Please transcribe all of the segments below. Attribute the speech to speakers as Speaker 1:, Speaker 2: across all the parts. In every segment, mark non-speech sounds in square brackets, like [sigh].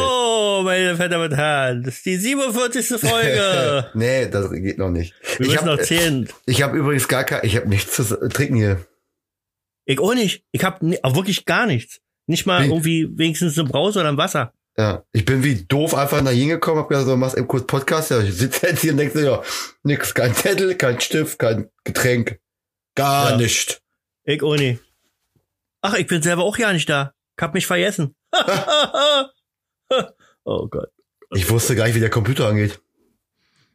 Speaker 1: So, meine Vetter mit Herren, das ist die 47.
Speaker 2: [laughs]
Speaker 1: Folge.
Speaker 2: nee, das geht noch nicht.
Speaker 1: Wir
Speaker 2: ich äh,
Speaker 1: müssen noch
Speaker 2: habe
Speaker 1: zählen.
Speaker 2: hab übrigens gar kein, ich habe nichts zu s- trinken hier.
Speaker 1: Ich auch nicht. Ich hab ni- auch wirklich gar nichts. Nicht mal
Speaker 2: Wie?
Speaker 1: irgendwie wenigstens eine Brause oder ein Wasser.
Speaker 2: Ja, ich bin wie doof einfach nach hier gekommen, hab gesagt, so, machst eben kurz Podcast, ja, ich sitze jetzt hier und denk so, ja, nix, kein Zettel, kein Stift, kein Getränk, gar
Speaker 1: Ja.
Speaker 2: nicht.
Speaker 1: Ich auch nicht. Ach, ich bin selber auch gar nicht da. Ich hab mich vergessen. [laughs] oh Gott.
Speaker 2: Ich wusste gar nicht, wie der Computer angeht.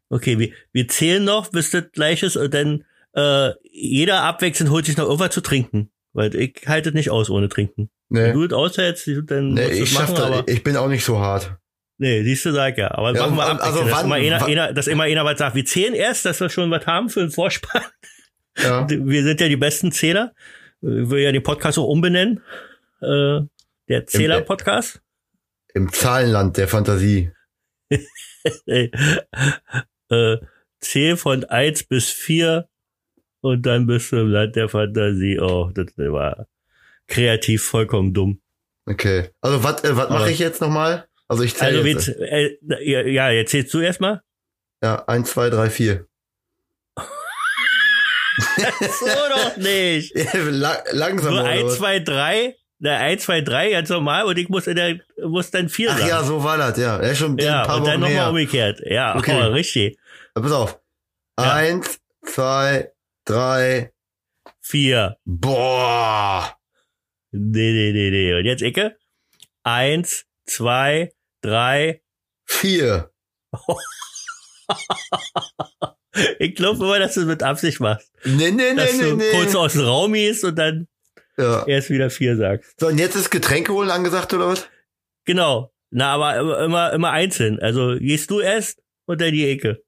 Speaker 1: Okay, wir, wir zählen noch, bis das gleich ist, und dann äh, jeder abwechselnd holt sich noch irgendwas zu trinken. Weil ich halte es nicht aus ohne Trinken. Wenn
Speaker 2: Nee,
Speaker 1: du es aushältst, dann
Speaker 2: nee
Speaker 1: musst du
Speaker 2: ich
Speaker 1: es
Speaker 2: schaff eh-
Speaker 1: machen,
Speaker 2: das,
Speaker 1: aber.
Speaker 2: ich bin auch nicht so hart.
Speaker 1: Nee, siehst du, sag ich ja. Aber
Speaker 2: Ja,
Speaker 1: machen wir
Speaker 2: und- also
Speaker 1: abwechselnd, dass,
Speaker 2: wann-
Speaker 1: immer einer,
Speaker 2: wann-
Speaker 1: einer, dass immer einer was sagt. Wir zählen erst, dass wir schon was haben für den Vorspann. [laughs]
Speaker 2: Ja,
Speaker 1: Wir sind ja die besten Zähler. Ich will ja den Podcast auch umbenennen. Äh, der Zähler-Podcast.
Speaker 2: im Zahlenland der Fantasie.
Speaker 1: Ey, [laughs] äh, zähl von 1 bis 4 und dann bist du im Land der Fantasie. Oh, das war kreativ vollkommen dumm.
Speaker 2: Okay. Also, was äh, was
Speaker 1: Aber-
Speaker 2: mache ich jetzt nochmal? Also, ich zähle
Speaker 1: Also, wir,
Speaker 2: jetzt.
Speaker 1: z- äh, ja, ja, jetzt zählst du erstmal.
Speaker 2: Ja, eins, zwei, drei, vier. [laughs]
Speaker 1: So doch nicht.
Speaker 2: La langsam.
Speaker 1: Nur
Speaker 2: oder
Speaker 1: 1,
Speaker 2: was?
Speaker 1: 2, 3. Na, 1, 2, 3, ganz normal. Und ich muss, in der, muss dann 4
Speaker 2: Ach
Speaker 1: sagen.
Speaker 2: ja, so war das, ja. Ja, schon ein
Speaker 1: ja,
Speaker 2: paar
Speaker 1: und
Speaker 2: Wochen
Speaker 1: dann um nochmal
Speaker 2: her.
Speaker 1: umgekehrt. Ja,
Speaker 2: Okay.
Speaker 1: aber richtig.
Speaker 2: Pass auf.
Speaker 1: Ja.
Speaker 2: Eins, zwei, drei.
Speaker 1: 4.
Speaker 2: Boah.
Speaker 1: Nee, nee, nee, nee. Und jetzt Ecke. 1, 2, 3,
Speaker 2: Vier.
Speaker 1: Ich glaube immer, dass du es mit Absicht machst.
Speaker 2: Nee, nee, nee,
Speaker 1: Dass
Speaker 2: nee,
Speaker 1: du kurz
Speaker 2: nee.
Speaker 1: aus dem Raum gehst und dann
Speaker 2: Ja.
Speaker 1: erst wieder vier sagst.
Speaker 2: So, und jetzt ist Getränke holen angesagt, oder was? [laughs]
Speaker 1: Genau. Na, aber immer, immer, immer einzeln. Also gehst du erst und dann die
Speaker 2: [laughs]
Speaker 1: Ecke.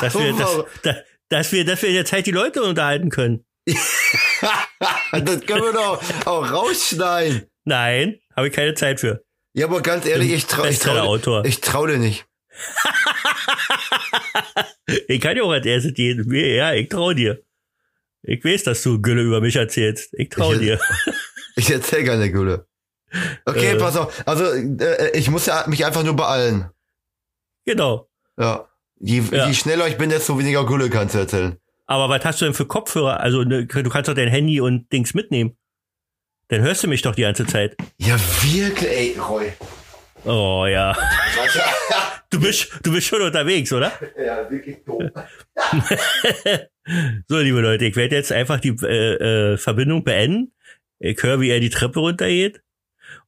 Speaker 1: Dass wir, dass, dass, dass wir, dass wir in der Zeit die Leute unterhalten können.
Speaker 2: das können wir doch auch rausschneiden.
Speaker 1: Nein, habe ich keine Zeit für.
Speaker 2: Ja, aber ganz ehrlich, ich traue ich trau,
Speaker 1: Bestseller-Autor.
Speaker 2: ich trau dir nicht.
Speaker 1: Ich kann ja auch als erstes gehen. Mir- Ja, ich trau dir. Ich weiß, dass du Gülle über mich erzählst. Ich trau
Speaker 2: Ich-
Speaker 1: dir. [laughs]
Speaker 2: Ich erzähl gar nicht, Gülle. Okay,
Speaker 1: Äh.
Speaker 2: pass auf. Also, äh, ich muss ja mich einfach nur beeilen.
Speaker 1: Genau.
Speaker 2: Ja. Je,
Speaker 1: Ja.
Speaker 2: je schneller ich bin, desto weniger Gülle kannst du erzählen.
Speaker 1: Aber was hast du denn für Kopfhörer? Also ne, du kannst doch dein Handy und Dings mitnehmen. Dann hörst du mich doch die ganze Zeit.
Speaker 2: Ja, wirklich, ey, Roy.
Speaker 1: Oh ja. [laughs]
Speaker 2: ja,
Speaker 1: Du bist, du bist schon unterwegs, oder?
Speaker 2: wirklich doof.
Speaker 1: So, liebe Leute, ich werde jetzt einfach die äh, äh, Verbindung beenden. Ich höre, wie er die Treppe runtergeht.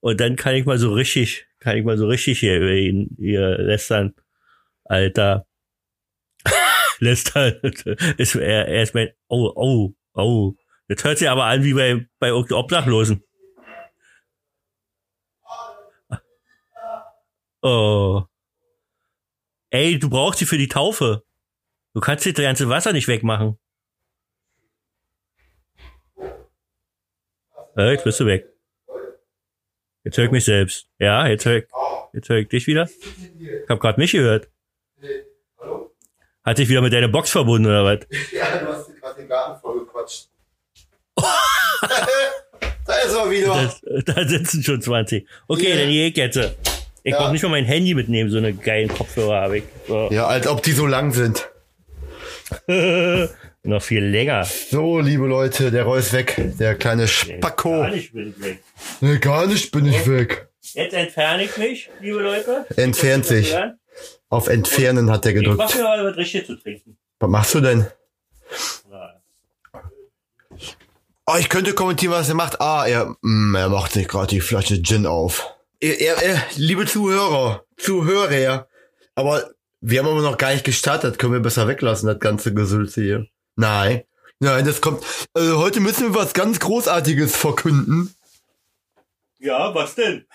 Speaker 1: Und dann kann ich mal so richtig, kann ich mal so richtig hier über ihn hier lästern. Alter. [laughs] lästern. [laughs] Ist, er, er ist mein. Oh, oh, oh. Das hört sich aber an wie bei, bei irgendeinem Obdachlosen. Ah. Oh. Ey, du brauchst sie für die Taufe. Du kannst das ganze Wasser nicht wegmachen. Äh, jetzt bist du weg. Jetzt höre ich mich selbst. Ja, jetzt höre ich, jetzt hör ich dich wieder. Ich habe gerade mich gehört. Hat dich wieder mit deiner Box verbunden oder was?
Speaker 2: Ja, du hast gerade den Garten vollgequatscht. [laughs] da ist er wieder.
Speaker 1: Das- äh, Da sitzen schon 20. Okay,
Speaker 2: Ja.
Speaker 1: dann gehe ich jetzt. Ich
Speaker 2: Ja.
Speaker 1: brauch nicht mal mein Handy mitnehmen, so eine geilen Kopfhörer habe ich. So.
Speaker 2: Ja, als ob die so lang sind.
Speaker 1: [laughs] Noch viel länger.
Speaker 2: So, liebe Leute, der Roy ist weg. Der kleine Spacko.
Speaker 1: Gar nicht bin ich weg.
Speaker 2: Nee, gar nicht bin ich weg.
Speaker 1: Jetzt entferne ich mich, liebe Leute.
Speaker 2: Entfernt sich. Auf Entfernen hat er
Speaker 1: Ich mache
Speaker 2: gedrückt.
Speaker 1: mir mal was richtig zu trinken.
Speaker 2: Was machst du denn?
Speaker 1: Ja.
Speaker 2: Oh, ich könnte kommentieren, was er macht. Ah, er, mm, er macht sich gerade die Flasche Gin auf. Er, er, er, liebe Zuhörer, Zuhörer, aber wir haben aber noch gar nicht gestartet. Können wir besser weglassen, das ganze Gesülze hier. Nein, nein, das kommt. Also heute müssen wir was ganz Großartiges verkünden. [laughs]
Speaker 1: ja, was denn?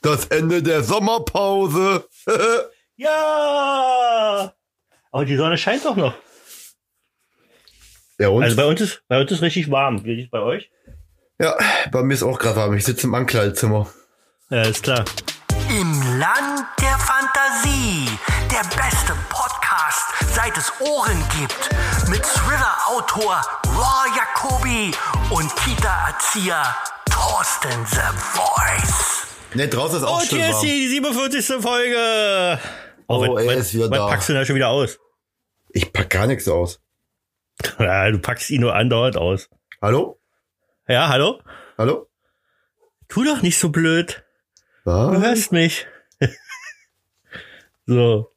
Speaker 2: das Ende der Sommerpause. [laughs]
Speaker 1: Ja! Aber die Sonne scheint doch noch.
Speaker 2: ja, und?
Speaker 1: Also bei uns ist, bei uns ist richtig warm. Wie ist es bei euch?
Speaker 2: ja, bei mir ist auch gerade warm. Ich sitze im Ankleidezimmer.
Speaker 1: Ja, ist klar.
Speaker 3: Im Land der Fantasie, der beste Podcast, seit es Ohren gibt, mit Thriller-Autor Raw Jacobi und Kita-Erzieher Thorsten The Voice.
Speaker 2: Ne, draußen ist auch
Speaker 1: Und
Speaker 2: schön
Speaker 1: hier ist
Speaker 2: warm.
Speaker 1: die 47. Folge.
Speaker 2: Oh,
Speaker 1: was-
Speaker 2: er
Speaker 1: was-
Speaker 2: ist wieder
Speaker 1: was
Speaker 2: da.
Speaker 1: packst du denn da schon wieder aus? [laughs]
Speaker 2: Ich pack gar nichts aus.
Speaker 1: Ja, du packst ihn nur andauernd aus.
Speaker 2: Hallo?
Speaker 1: Ja, hallo?
Speaker 2: Hallo?
Speaker 1: Tu doch nicht so blöd. Du
Speaker 2: Was?
Speaker 1: hörst mich. [laughs] so.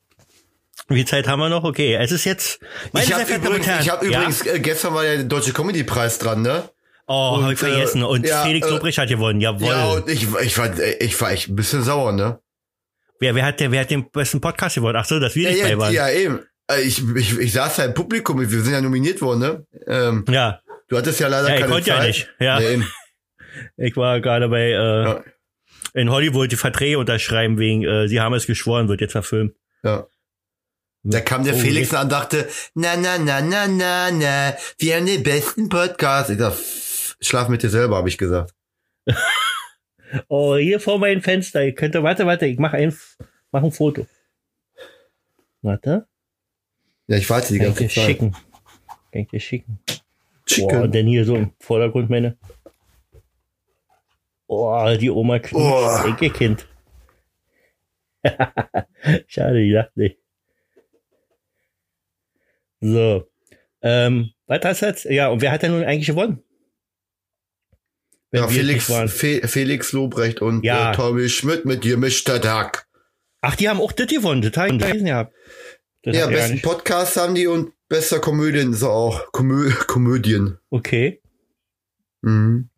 Speaker 1: Wie Zeit haben wir noch? Okay, es ist jetzt. Meine
Speaker 2: Ich
Speaker 1: sehr
Speaker 2: habe
Speaker 1: verehrten
Speaker 2: übrigens,
Speaker 1: Damen und
Speaker 2: ich hab
Speaker 1: Herren, ja?
Speaker 2: übrigens äh, gestern war ja der Deutsche Comedy-Preis dran, ne?
Speaker 1: Oh, hab
Speaker 2: und,
Speaker 1: ich vergessen. Und
Speaker 2: äh, ja,
Speaker 1: Felix
Speaker 2: äh,
Speaker 1: Lobrecht hat gewonnen. Jawohl.
Speaker 2: Ja, und ich, ich, war, äh, ich war echt ein bisschen sauer, ne?
Speaker 1: wer, wer, hat, der- wer hat den besten Podcast gewonnen? Ach so, dass wir
Speaker 2: Ja,
Speaker 1: nicht bei
Speaker 2: ja,
Speaker 1: waren. Ja.
Speaker 2: ja eben. Äh, Ich, ich, ich saß da im Publikum, wir sind ja nominiert worden, ne? Ähm,
Speaker 1: ja,
Speaker 2: du hattest ja leider
Speaker 1: Ja, ich
Speaker 2: keine
Speaker 1: konnte ja
Speaker 2: Zeit.
Speaker 1: nicht, ja.
Speaker 2: Nee, eben.
Speaker 1: ich war gerade bei äh,
Speaker 2: Ja.
Speaker 1: in Hollywood die Verträge unterschreiben wegen äh, Sie haben es geschworen, wird jetzt verfilmt.
Speaker 2: Ja. Da kam der
Speaker 1: Oh,
Speaker 2: Felix
Speaker 1: jetzt-
Speaker 2: an und dachte, na, na, na, na, na, na, wir haben den besten Podcast. Ich dachte, "Pff, schlaf mit dir selber, habe ich gesagt.
Speaker 1: Oh, hier vor meinem Fenster. Ihr könnt, warte, warte, ich mache ein, mach ein Foto. Warte.
Speaker 2: Ja, ich warte die
Speaker 1: Kann ich
Speaker 2: ganze
Speaker 1: dir
Speaker 2: Zeit.
Speaker 1: schicken. Kann ich dir schicken. Boah, und
Speaker 2: Chicken.
Speaker 1: dann hier so im Vordergrund meine. Oh, die Oma
Speaker 2: Boah.
Speaker 1: knutscht Enkelkind. [laughs] Schade, die lacht nicht. So. Ähm, was hast du jetzt? Ja, und wer hat denn nun eigentlich gewonnen? Wenn
Speaker 2: Ja,
Speaker 1: wir
Speaker 2: Felix,
Speaker 1: nicht waren.
Speaker 2: Fe Felix Lobrecht und
Speaker 1: Ja.
Speaker 2: äh, Tommy Schmidt mit dir, Mr. Duck.
Speaker 1: Ach, die haben auch das gewonnen. Das habe ich gelesen gehabt. Das
Speaker 2: Ja,
Speaker 1: hab ich gar
Speaker 2: besten
Speaker 1: nicht-
Speaker 2: Podcast haben die und bester Komödien ist er auch. Komö Komödien.
Speaker 1: Okay.
Speaker 2: Mhm.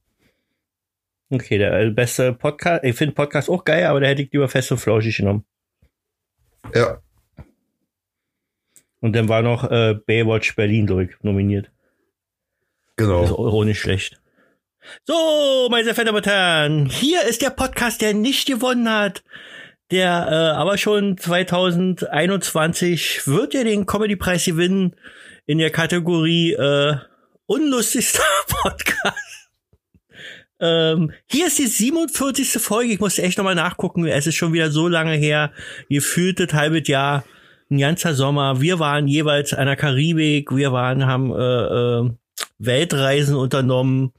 Speaker 1: Okay, der äh, beste Podcast. Ich finde Podcast auch geil, aber da hätte ich lieber fest und flauschig genommen.
Speaker 2: Ja.
Speaker 1: Und dann war noch äh, Baywatch Berlin, glaube ich, nominiert. Ist
Speaker 2: Genau.
Speaker 1: auch auch nicht schlecht. So, meine sehr verehrten Damen und Herren, hier ist der Podcast, der nicht gewonnen hat. Der äh, aber schon 2021 wird ja den Comedy-Preis gewinnen in der Kategorie äh, unlustigster [laughs] Podcast. Ähm, hier ist die 47. Folge. Ich musste echt nochmal nachgucken. Es ist schon wieder so lange her. Gefühltes halbes Jahr, ein ganzer Sommer. Wir waren jeweils an der Karibik. Wir waren, haben äh, äh, Weltreisen unternommen.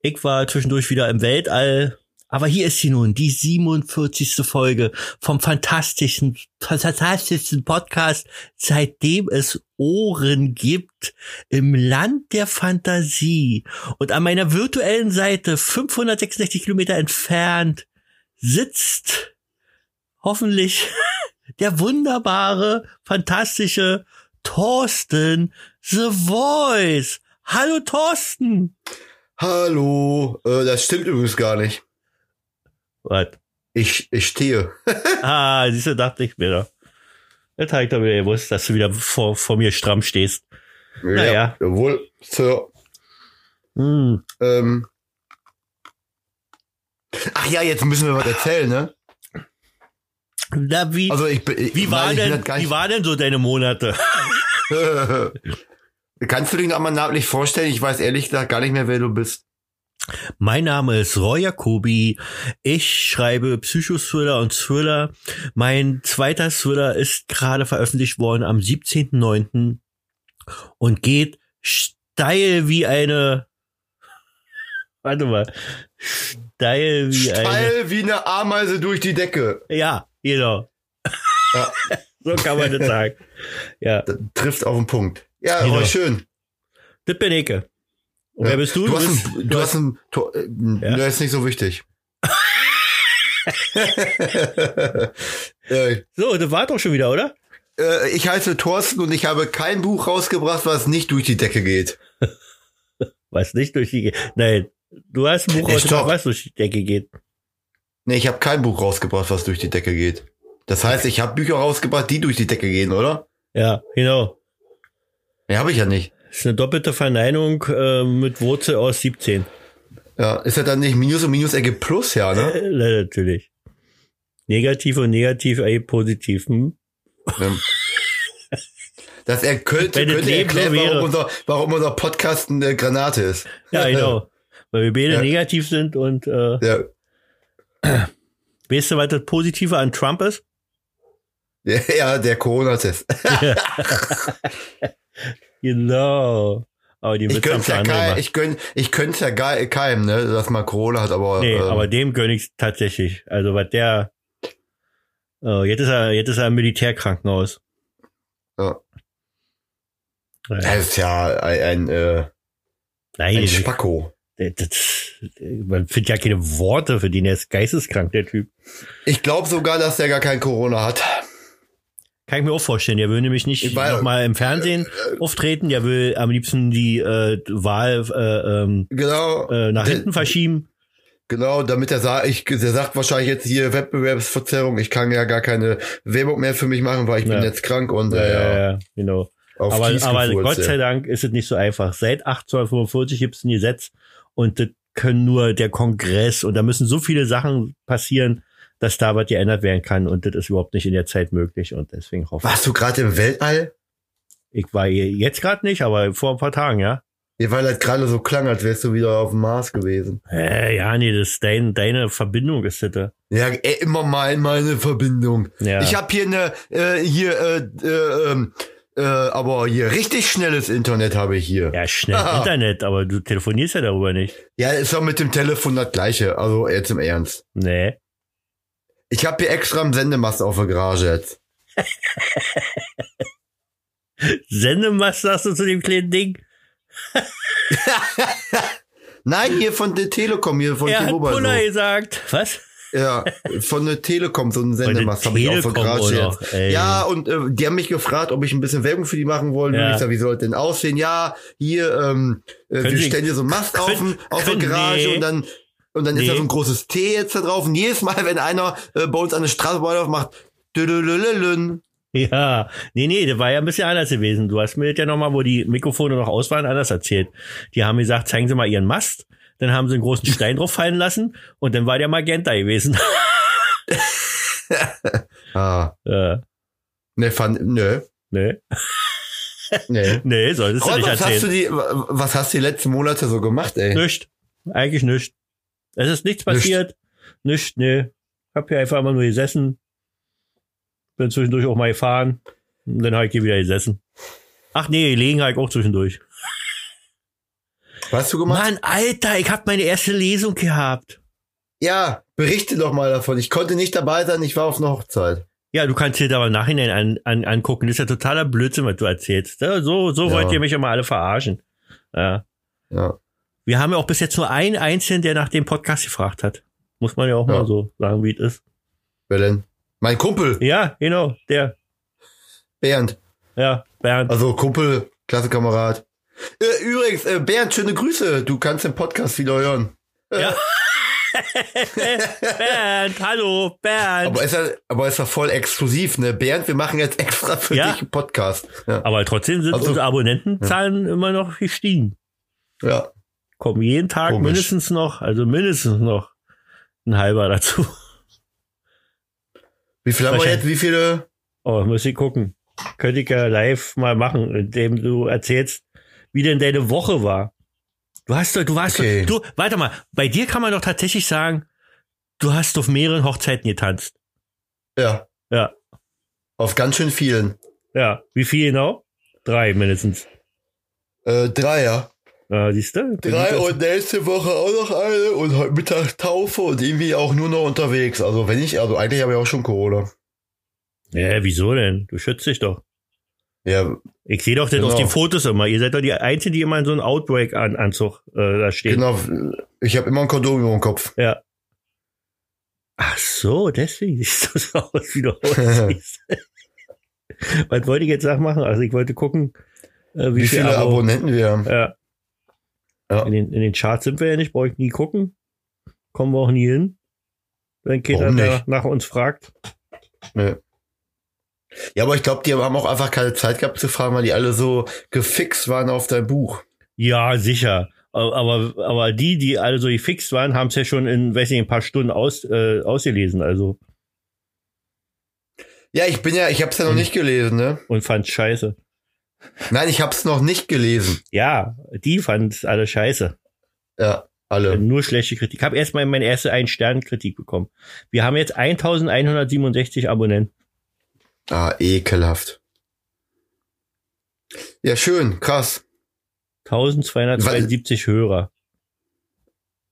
Speaker 1: Ich war zwischendurch wieder im Weltall. Aber hier ist sie nun, die 47. Folge vom fantastischen, fantastischsten Podcast, seitdem es Ohren gibt im Land der Fantasie. Und an meiner virtuellen Seite, 566 Kilometer entfernt, sitzt hoffentlich [laughs] der wunderbare, fantastische Thorsten The Voice. Hallo Thorsten.
Speaker 2: Hallo. Äh, das stimmt übrigens gar nicht.
Speaker 1: Was?
Speaker 2: Ich, ich stehe.
Speaker 1: Ah, siehst du, dachte ich mir doch. Jetzt hab ich doch wieder gewusst, dass du wieder vor, vor mir stramm stehst. Naja.
Speaker 2: Ja, jawohl, Sir.
Speaker 1: Hm.
Speaker 2: Ähm. Ach ja, jetzt müssen wir was erzählen, ne?
Speaker 1: Na, wie,
Speaker 2: Also ich bin. ich-
Speaker 1: wie, war
Speaker 2: nein, ich will
Speaker 1: denn,
Speaker 2: das gar
Speaker 1: wie war denn so deine Monate?
Speaker 2: nicht. [laughs] Kannst du dich nochmal namentlich vorstellen? Ich weiß ehrlich gesagt gar nicht mehr, wer du bist.
Speaker 1: Mein Name ist Roy Jacobi. Ich schreibe Psychothriller und Thriller. Mein zweiter Thriller ist gerade veröffentlicht worden am 17.09. und geht steil wie eine. [laughs] Warte mal. Steil wie eine.
Speaker 2: Steil wie eine Ameise durch die Decke.
Speaker 1: Ja, genau.
Speaker 2: Ja,
Speaker 1: [laughs] So kann man das sagen. Ja,
Speaker 2: das trifft auf den Punkt. Ja,
Speaker 1: Genau.
Speaker 2: aber schön.
Speaker 1: das bin ich. Und
Speaker 2: ja.
Speaker 1: wer bist du?
Speaker 2: Du, hast,
Speaker 1: bist,
Speaker 2: ein, du hast ein Tor. Äh,
Speaker 1: Ja.
Speaker 2: ja. ist nicht so
Speaker 1: [laughs]
Speaker 2: wichtig. äh,
Speaker 1: so, das war doch schon wieder, oder?
Speaker 2: äh, ich heiße Thorsten und ich habe kein Buch rausgebracht, was nicht durch die Decke geht.
Speaker 1: Was nicht durch die. Nein, du hast ein Buch
Speaker 2: Ey,
Speaker 1: ausgebracht,
Speaker 2: stopp.
Speaker 1: was durch die Decke geht.
Speaker 2: Nee, ich habe kein Buch rausgebracht, was durch die Decke geht. Das heißt, ich habe Bücher rausgebracht, die durch die Decke gehen, oder?
Speaker 1: Ja, genau.
Speaker 2: Nee, habe ich ja nicht.
Speaker 1: Das ist eine doppelte Verneinung äh, mit Wurzel aus 17.
Speaker 2: Ja, ist ja dann nicht Minus und Minus ergibt Plus, ja, ne?
Speaker 1: [laughs] Äh, natürlich. Negativ und negativ, ey, positiv. Hm?
Speaker 2: Ähm, Das er könnte,
Speaker 1: Wenn das
Speaker 2: könnte
Speaker 1: Leben
Speaker 2: erklären,
Speaker 1: so wäre.
Speaker 2: warum unser, warum unser Podcast eine Granate ist.
Speaker 1: Ja, genau. Weil wir beide
Speaker 2: Ja.
Speaker 1: negativ sind und äh,
Speaker 2: Ja,
Speaker 1: weißt du, was das Positive an Trump ist?
Speaker 2: [laughs] ja, ja der Corona-Test.
Speaker 1: Genau. Aber den
Speaker 2: Ich
Speaker 1: Witz haben
Speaker 2: gönn's
Speaker 1: schon
Speaker 2: ja
Speaker 1: andere
Speaker 2: kein,
Speaker 1: gemacht.
Speaker 2: ich gönn, ich gönn's ja gar- keinem, ne, dass man Corona hat, aber,
Speaker 1: Nee,
Speaker 2: ähm,
Speaker 1: aber dem gönn ich tatsächlich. Also was der äh, jetzt ist er jetzt ist er im Militärkrankenhaus.
Speaker 2: Ja.
Speaker 1: Ja,
Speaker 2: er ist ja ein, ein, äh,
Speaker 1: Nein,
Speaker 2: ein
Speaker 1: Äh, ich-
Speaker 2: Spacko.
Speaker 1: das, Äh, das, äh, man findet ja keine Worte für den. Er ist geisteskrank, der Typ.
Speaker 2: Ich glaube sogar, dass der gar kein Corona hat.
Speaker 1: Kann ich mir auch vorstellen. Der will nämlich nicht
Speaker 2: Ich weiß- Äh,
Speaker 1: nochmal im Fernsehen auftreten. Der will am liebsten die äh, Wahl äh, ähm,
Speaker 2: Genau.
Speaker 1: äh, nach
Speaker 2: Der-
Speaker 1: hinten verschieben.
Speaker 2: Genau, damit er sagt, ich, der sagt wahrscheinlich jetzt hier Wettbewerbsverzerrung, ich kann ja gar keine Werbung mehr für mich machen, weil ich
Speaker 1: Ja.
Speaker 2: bin jetzt krank und
Speaker 1: Ja, ja,
Speaker 2: äh,
Speaker 1: ja, genau.
Speaker 2: auf
Speaker 1: aber
Speaker 2: Kies
Speaker 1: aber
Speaker 2: gefurzt,
Speaker 1: Gott
Speaker 2: ey.
Speaker 1: sei Dank ist es nicht so einfach. Seit 1845 gibt es ein Gesetz und das können nur der Kongress und da müssen so viele Sachen passieren, dass da was geändert werden kann und das ist überhaupt nicht in der Zeit möglich und deswegen hoffe ich.
Speaker 2: Warst du gerade im Weltall?
Speaker 1: Ich war hier jetzt gerade nicht, aber vor ein paar Tagen, ja.
Speaker 2: Ja, weil das gerade so klang, als wärst du wieder auf dem Mars gewesen.
Speaker 1: Äh, ja, nee, das ist dein, deine Verbindung ist das. da.
Speaker 2: Ja, ey, immer mal meine Verbindung.
Speaker 1: Ja.
Speaker 2: Ich habe hier eine, äh, hier, äh, äh, ähm, äh, aber hier richtig schnelles Internet habe ich hier.
Speaker 1: ja, schnell
Speaker 2: Ah.
Speaker 1: Internet, aber du telefonierst ja darüber nicht.
Speaker 2: Ja, ist doch mit dem Telefon das gleiche, also jetzt im Ernst.
Speaker 1: Nee.
Speaker 2: Ich habe hier extra einen Sendemast auf der Garage jetzt.
Speaker 1: Sendemast sagst du zu dem kleinen Ding?
Speaker 2: Nein, hier von der Telekom, hier von
Speaker 1: er hat
Speaker 2: T-Mobile so.
Speaker 1: Puller gesagt. Was?
Speaker 2: Ja, von der Telekom, so ein
Speaker 1: der
Speaker 2: Sendemast habe ich auch
Speaker 1: Telekom
Speaker 2: vergratscht
Speaker 1: auch noch,
Speaker 2: jetzt.
Speaker 1: ey.
Speaker 2: Ja, und äh, die haben mich gefragt, ob ich ein bisschen Werbung für die machen wollen würde.
Speaker 1: Ja.
Speaker 2: Ich sag, wie soll das denn aussehen? Ja, hier, ähm, äh, wir
Speaker 1: Sie-
Speaker 2: stellen hier so einen Mast auf,
Speaker 1: können-
Speaker 2: auf der
Speaker 1: können-
Speaker 2: Garage
Speaker 1: nee.
Speaker 2: und dann und dann
Speaker 1: Nee.
Speaker 2: ist da so ein großes T jetzt da drauf. Und jedes Mal, [laughs] wenn einer äh, bei uns an der Straße macht, dödödödödön.
Speaker 1: Ja, nee, nee, das war ja ein bisschen anders gewesen. Du hast mir das ja nochmal, wo die Mikrofone noch aus waren, anders erzählt. Die haben gesagt, zeigen Sie mal Ihren Mast. Dann haben sie einen großen Stein drauf fallen lassen und dann war der Magenta gewesen. [laughs]
Speaker 2: Ah,
Speaker 1: äh,
Speaker 2: ne, fand, ne,
Speaker 1: nee, [laughs]
Speaker 2: ne.
Speaker 1: nee, solltest du
Speaker 2: Aber
Speaker 1: nicht
Speaker 2: was hast du
Speaker 1: erzählen.
Speaker 2: die, wa- was hast du die letzten Monate so gemacht, ey?
Speaker 1: Nicht. Eigentlich nicht. Es ist nichts passiert. Nicht, nee. Hab hier einfach immer nur gesessen. Bin zwischendurch auch mal gefahren. Und dann habe ich hier wieder gesessen. Ach nee, gelegen habe ich auch zwischendurch.
Speaker 2: Was hast du gemacht?
Speaker 1: Mann, Alter, ich habe meine erste Lesung gehabt.
Speaker 2: Ja, berichte doch mal davon. Ich konnte nicht dabei sein, ich war auf einer Hochzeit.
Speaker 1: Ja, du kannst dir da mal im Nachhinein an, an, angucken. Das ist ja totaler Blödsinn, was du erzählst. Ja, So, so
Speaker 2: Ja.
Speaker 1: wollt ihr mich ja mal alle verarschen. Ja.
Speaker 2: Ja.
Speaker 1: Wir haben ja auch bis jetzt nur einen Einzelnen, der nach dem Podcast gefragt hat. Muss man ja auch
Speaker 2: Ja.
Speaker 1: mal so sagen, wie es ist.
Speaker 2: Wer denn? Mein Kumpel,
Speaker 1: Ja, genau, der.
Speaker 2: Bernd.
Speaker 1: Ja, Bernd.
Speaker 2: Also Kumpel, Klassekamerad. Äh, übrigens, äh, Bernd, schöne Grüße. Du kannst den Podcast wieder hören.
Speaker 1: Ja. Bernd, hallo, Bernd.
Speaker 2: Aber
Speaker 1: Aber,
Speaker 2: ist er, aber ist er voll exklusiv, ne? Bernd, wir machen jetzt extra für
Speaker 1: Ja.
Speaker 2: dich einen Podcast. Ja.
Speaker 1: trotzdem sind
Speaker 2: Also-
Speaker 1: unsere Abonnentenzahlen immer noch gestiegen.
Speaker 2: ja.
Speaker 1: Kommen jeden Tag
Speaker 2: Komisch.
Speaker 1: mindestens noch, also mindestens noch ein halber dazu. [laughs]
Speaker 2: Wie viel haben wir
Speaker 1: Wahrscheinlich.
Speaker 2: jetzt? Wie viele?
Speaker 1: Oh, muss ich gucken. Könnte ich ja live mal machen, indem du erzählst, wie denn deine Woche war. Du hast doch, du warst
Speaker 2: Okay.
Speaker 1: doch, du, warte mal, bei dir kann man doch tatsächlich sagen, du hast auf mehreren Hochzeiten getanzt.
Speaker 2: Ja.
Speaker 1: Ja.
Speaker 2: Auf ganz schön vielen.
Speaker 1: Ja, wie viel genau? Drei mindestens.
Speaker 2: Äh, drei, ja.
Speaker 1: Ja, siehst du?
Speaker 2: Drei und nächste Woche auch noch eine und heute Mittag Taufe und irgendwie auch nur noch unterwegs. Also wenn ich, also eigentlich habe ich auch schon Corona.
Speaker 1: Ja, wieso denn? Du schützt dich doch.
Speaker 2: Ja,
Speaker 1: Ich sehe doch das auf
Speaker 2: Genau.
Speaker 1: den Fotos immer. Ihr seid doch die Einzige, die immer in so einem Outbreak-Anzug äh, da steht.
Speaker 2: genau. Ich habe immer ein Kondom über dem Kopf. [laughs]
Speaker 1: Ach so, deswegen [laughs] siehst du so aus, wie du aussiehst.
Speaker 2: [laughs]
Speaker 1: Was wollte ich jetzt noch machen? Also ich wollte gucken, äh, wie,
Speaker 2: Wie,
Speaker 1: viel
Speaker 2: viele
Speaker 1: Abo-
Speaker 2: Abonnenten wir haben.
Speaker 1: Ja.
Speaker 2: Ja.
Speaker 1: In, den, in den Charts sind wir ja nicht, brauche ich nie gucken. Kommen wir auch nie hin. Wenn Keter
Speaker 2: Warum
Speaker 1: nach,
Speaker 2: nicht?
Speaker 1: nach uns fragt.
Speaker 2: Ja, aber ich glaube, die haben auch einfach keine Zeit gehabt zu fahren, weil die alle so gefixt waren auf dein Buch.
Speaker 1: Ja, sicher. Aber, aber, aber die, die alle so gefixt waren, haben es ja schon in, weiß nicht, ein paar Stunden aus, äh, ausgelesen. Also
Speaker 2: Ja, ich bin ja, ich hab's ja
Speaker 1: Hm.
Speaker 2: noch nicht gelesen, ne?
Speaker 1: und fand scheiße.
Speaker 2: Nein, ich hab's noch nicht gelesen.
Speaker 1: Ja, die fand es alle scheiße.
Speaker 2: Ja, alle.
Speaker 1: Nur schlechte Kritik. Ich habe erstmal meine erste Ein-Stern-Kritik bekommen. Wir haben jetzt 1167 Abonnenten.
Speaker 2: Ah, ekelhaft. Ja, schön, krass.
Speaker 1: 1272 Hörer.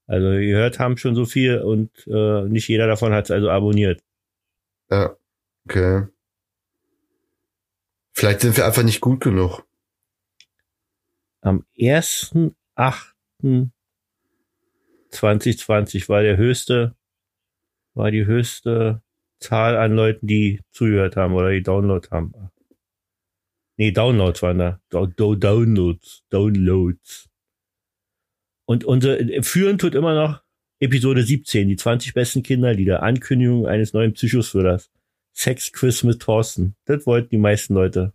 Speaker 1: Also gehört haben schon so viel und äh, nicht jeder davon hat es also abonniert.
Speaker 2: Ja, okay. Vielleicht sind wir einfach nicht gut genug.
Speaker 1: Am 1.8.2020 war der höchste, war die höchste Zahl an Leuten, die zugehört haben oder die Download haben. Nee, Downloads waren da. Do Do Downloads. Downloads. Und unsere, führen tut immer noch Episode 17, die 20 besten Kinderlieder, Ankündigung eines neuen Psychosführers. Sex-Quiz mit Thorsten. Das wollten die meisten Leute.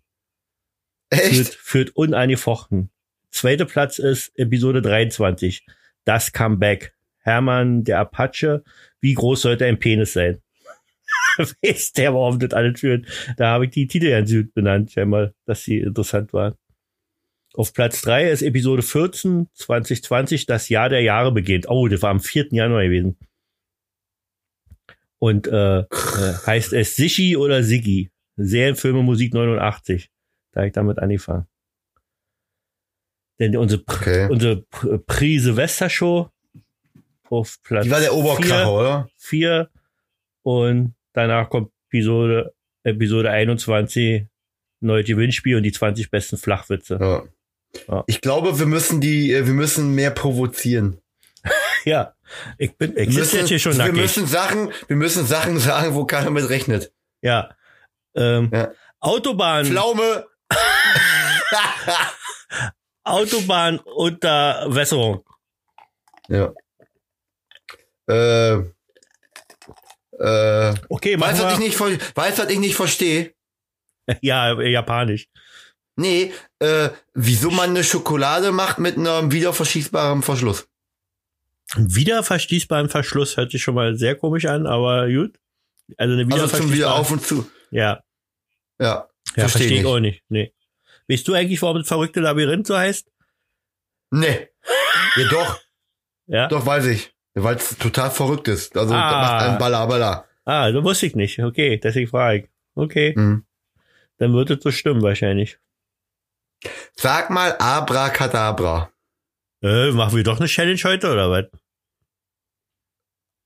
Speaker 1: Führt,
Speaker 2: Echt?
Speaker 1: führt unangefochten. Zweiter Platz ist Episode 23. Das Comeback. Hermann der Apache. Wie groß sollte ein Penis sein? [laughs] Weiß der, warum das alles führt. Da habe ich die Titel ja in Süd benannt, scheinbar, dass sie interessant waren. Auf Platz drei ist Episode 14, 2020, das Jahr der Jahre beginnt. Oh, das war am 4. Januar gewesen. Und äh, äh, heißt es Sichi oder Siggi? Serienfilme Musik 89. Da hab ich damit angefangen. Denn unsere, Pr-
Speaker 2: Okay.
Speaker 1: unsere Pr- Pre-Silvester-Show auf Platz
Speaker 2: Die war der Oberkracher,
Speaker 1: vier,
Speaker 2: oder?
Speaker 1: vier. Und danach kommt Episode, Episode 21, neue Gewinnspiel und die 20 besten Flachwitze.
Speaker 2: Ja.
Speaker 1: Ja.
Speaker 2: Ich glaube, wir müssen die, äh, wir müssen mehr provozieren.
Speaker 1: Ja, ich bin, ich
Speaker 2: Wir
Speaker 1: sitze
Speaker 2: müssen,
Speaker 1: jetzt hier schon
Speaker 2: wir
Speaker 1: nackig.
Speaker 2: müssen Sachen, wir müssen Sachen sagen, wo keiner mit rechnet.
Speaker 1: ja. Ähm,
Speaker 2: Ja. Hm.
Speaker 1: Autobahn,
Speaker 2: Pflaume.
Speaker 1: Autobahn unter Wässerung.
Speaker 2: [laughs] ja. Äh, äh,
Speaker 1: Okay,
Speaker 2: weißt
Speaker 1: machen
Speaker 2: du, was
Speaker 1: wir.
Speaker 2: ich nicht, ver- weißt, du, was ich nicht verstehe?
Speaker 1: Ja, äh, japanisch.
Speaker 2: Nee, äh, wieso man eine Schokolade macht mit einem wiederverschießbaren Verschluss.
Speaker 1: Wieder verschließbaren Verschluss hört sich schon mal sehr komisch an, aber gut. Also eine wieder
Speaker 2: Also zum wieder auf und zu.
Speaker 1: Ja,
Speaker 2: Ja,
Speaker 1: ja
Speaker 2: Versteh
Speaker 1: verstehe ich
Speaker 2: nicht.
Speaker 1: auch nicht. Nee. Weißt du eigentlich, warum das verrückte Labyrinth so heißt?
Speaker 2: nee. ja, doch,
Speaker 1: Ja.
Speaker 2: doch weiß ich. Weil es total verrückt ist. Also,
Speaker 1: Ah.
Speaker 2: das macht einen Balla, Balla.
Speaker 1: Ah, das wusste ich nicht. Okay, deswegen frage ich. Okay,
Speaker 2: Mhm.
Speaker 1: dann wird es so stimmen wahrscheinlich.
Speaker 2: Sag mal Abracadabra.
Speaker 1: Äh, machen wir doch eine Challenge heute oder was?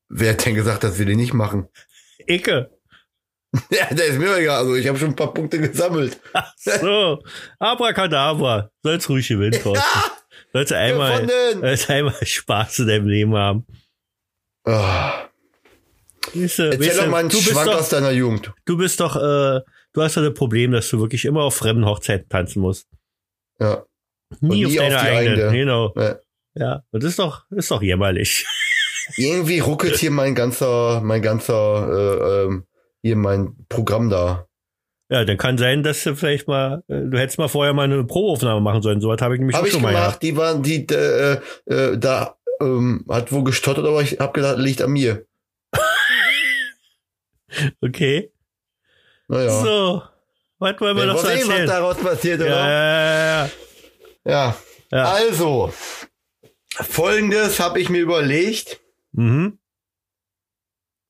Speaker 2: Wer hat denn gesagt, dass wir den nicht machen? [laughs]
Speaker 1: Icke.
Speaker 2: Ja, der ist mir egal. Also ich habe schon ein paar Punkte gesammelt.
Speaker 1: [laughs] So, Abracadabra. Sollst ruhig gewinnen, Thorsten.
Speaker 2: [laughs]
Speaker 1: Sollst du einmal, Äh,
Speaker 2: Gewonnen!
Speaker 1: sollst du einmal Spaß in deinem Leben haben.
Speaker 2: Ah.
Speaker 1: Weißt du,
Speaker 2: Erzähl
Speaker 1: weißt
Speaker 2: doch
Speaker 1: du,
Speaker 2: mal einen
Speaker 1: du, bist
Speaker 2: Schwank aus
Speaker 1: doch
Speaker 2: deiner Jugend.
Speaker 1: du bist doch, äh, du hast doch das Problem, dass du wirklich immer auf fremden Hochzeiten tanzen musst.
Speaker 2: Ja.
Speaker 1: Nie,
Speaker 2: nie
Speaker 1: auf
Speaker 2: auf
Speaker 1: deiner
Speaker 2: die
Speaker 1: eigenen.
Speaker 2: eigene.
Speaker 1: Genau.
Speaker 2: Ja.
Speaker 1: Ja, und das ist doch, das ist doch jämmerlich. [laughs]
Speaker 2: Irgendwie ruckelt hier mein ganzer, mein ganzer, äh, ähm, hier mein Programm da.
Speaker 1: Ja, dann kann sein, dass du vielleicht mal, äh, du hättest mal vorher mal eine Probeaufnahme machen sollen. So was habe ich nämlich auch
Speaker 2: Habe ich
Speaker 1: schon mal gehabt.
Speaker 2: gemacht, die waren, die, äh, äh, da ähm, hat wohl gestottert, aber ich habe gedacht, liegt an mir.
Speaker 1: Okay.
Speaker 2: Naja.
Speaker 1: So. Was wollen wir
Speaker 2: Wir
Speaker 1: noch so
Speaker 2: wollen sehen, was
Speaker 1: erzählen?
Speaker 2: daraus passiert,
Speaker 1: Ja,
Speaker 2: oder?
Speaker 1: ja, ja, ja.
Speaker 2: Ja.
Speaker 1: Ja.
Speaker 2: Also, folgendes habe ich mir überlegt.
Speaker 1: Mhm.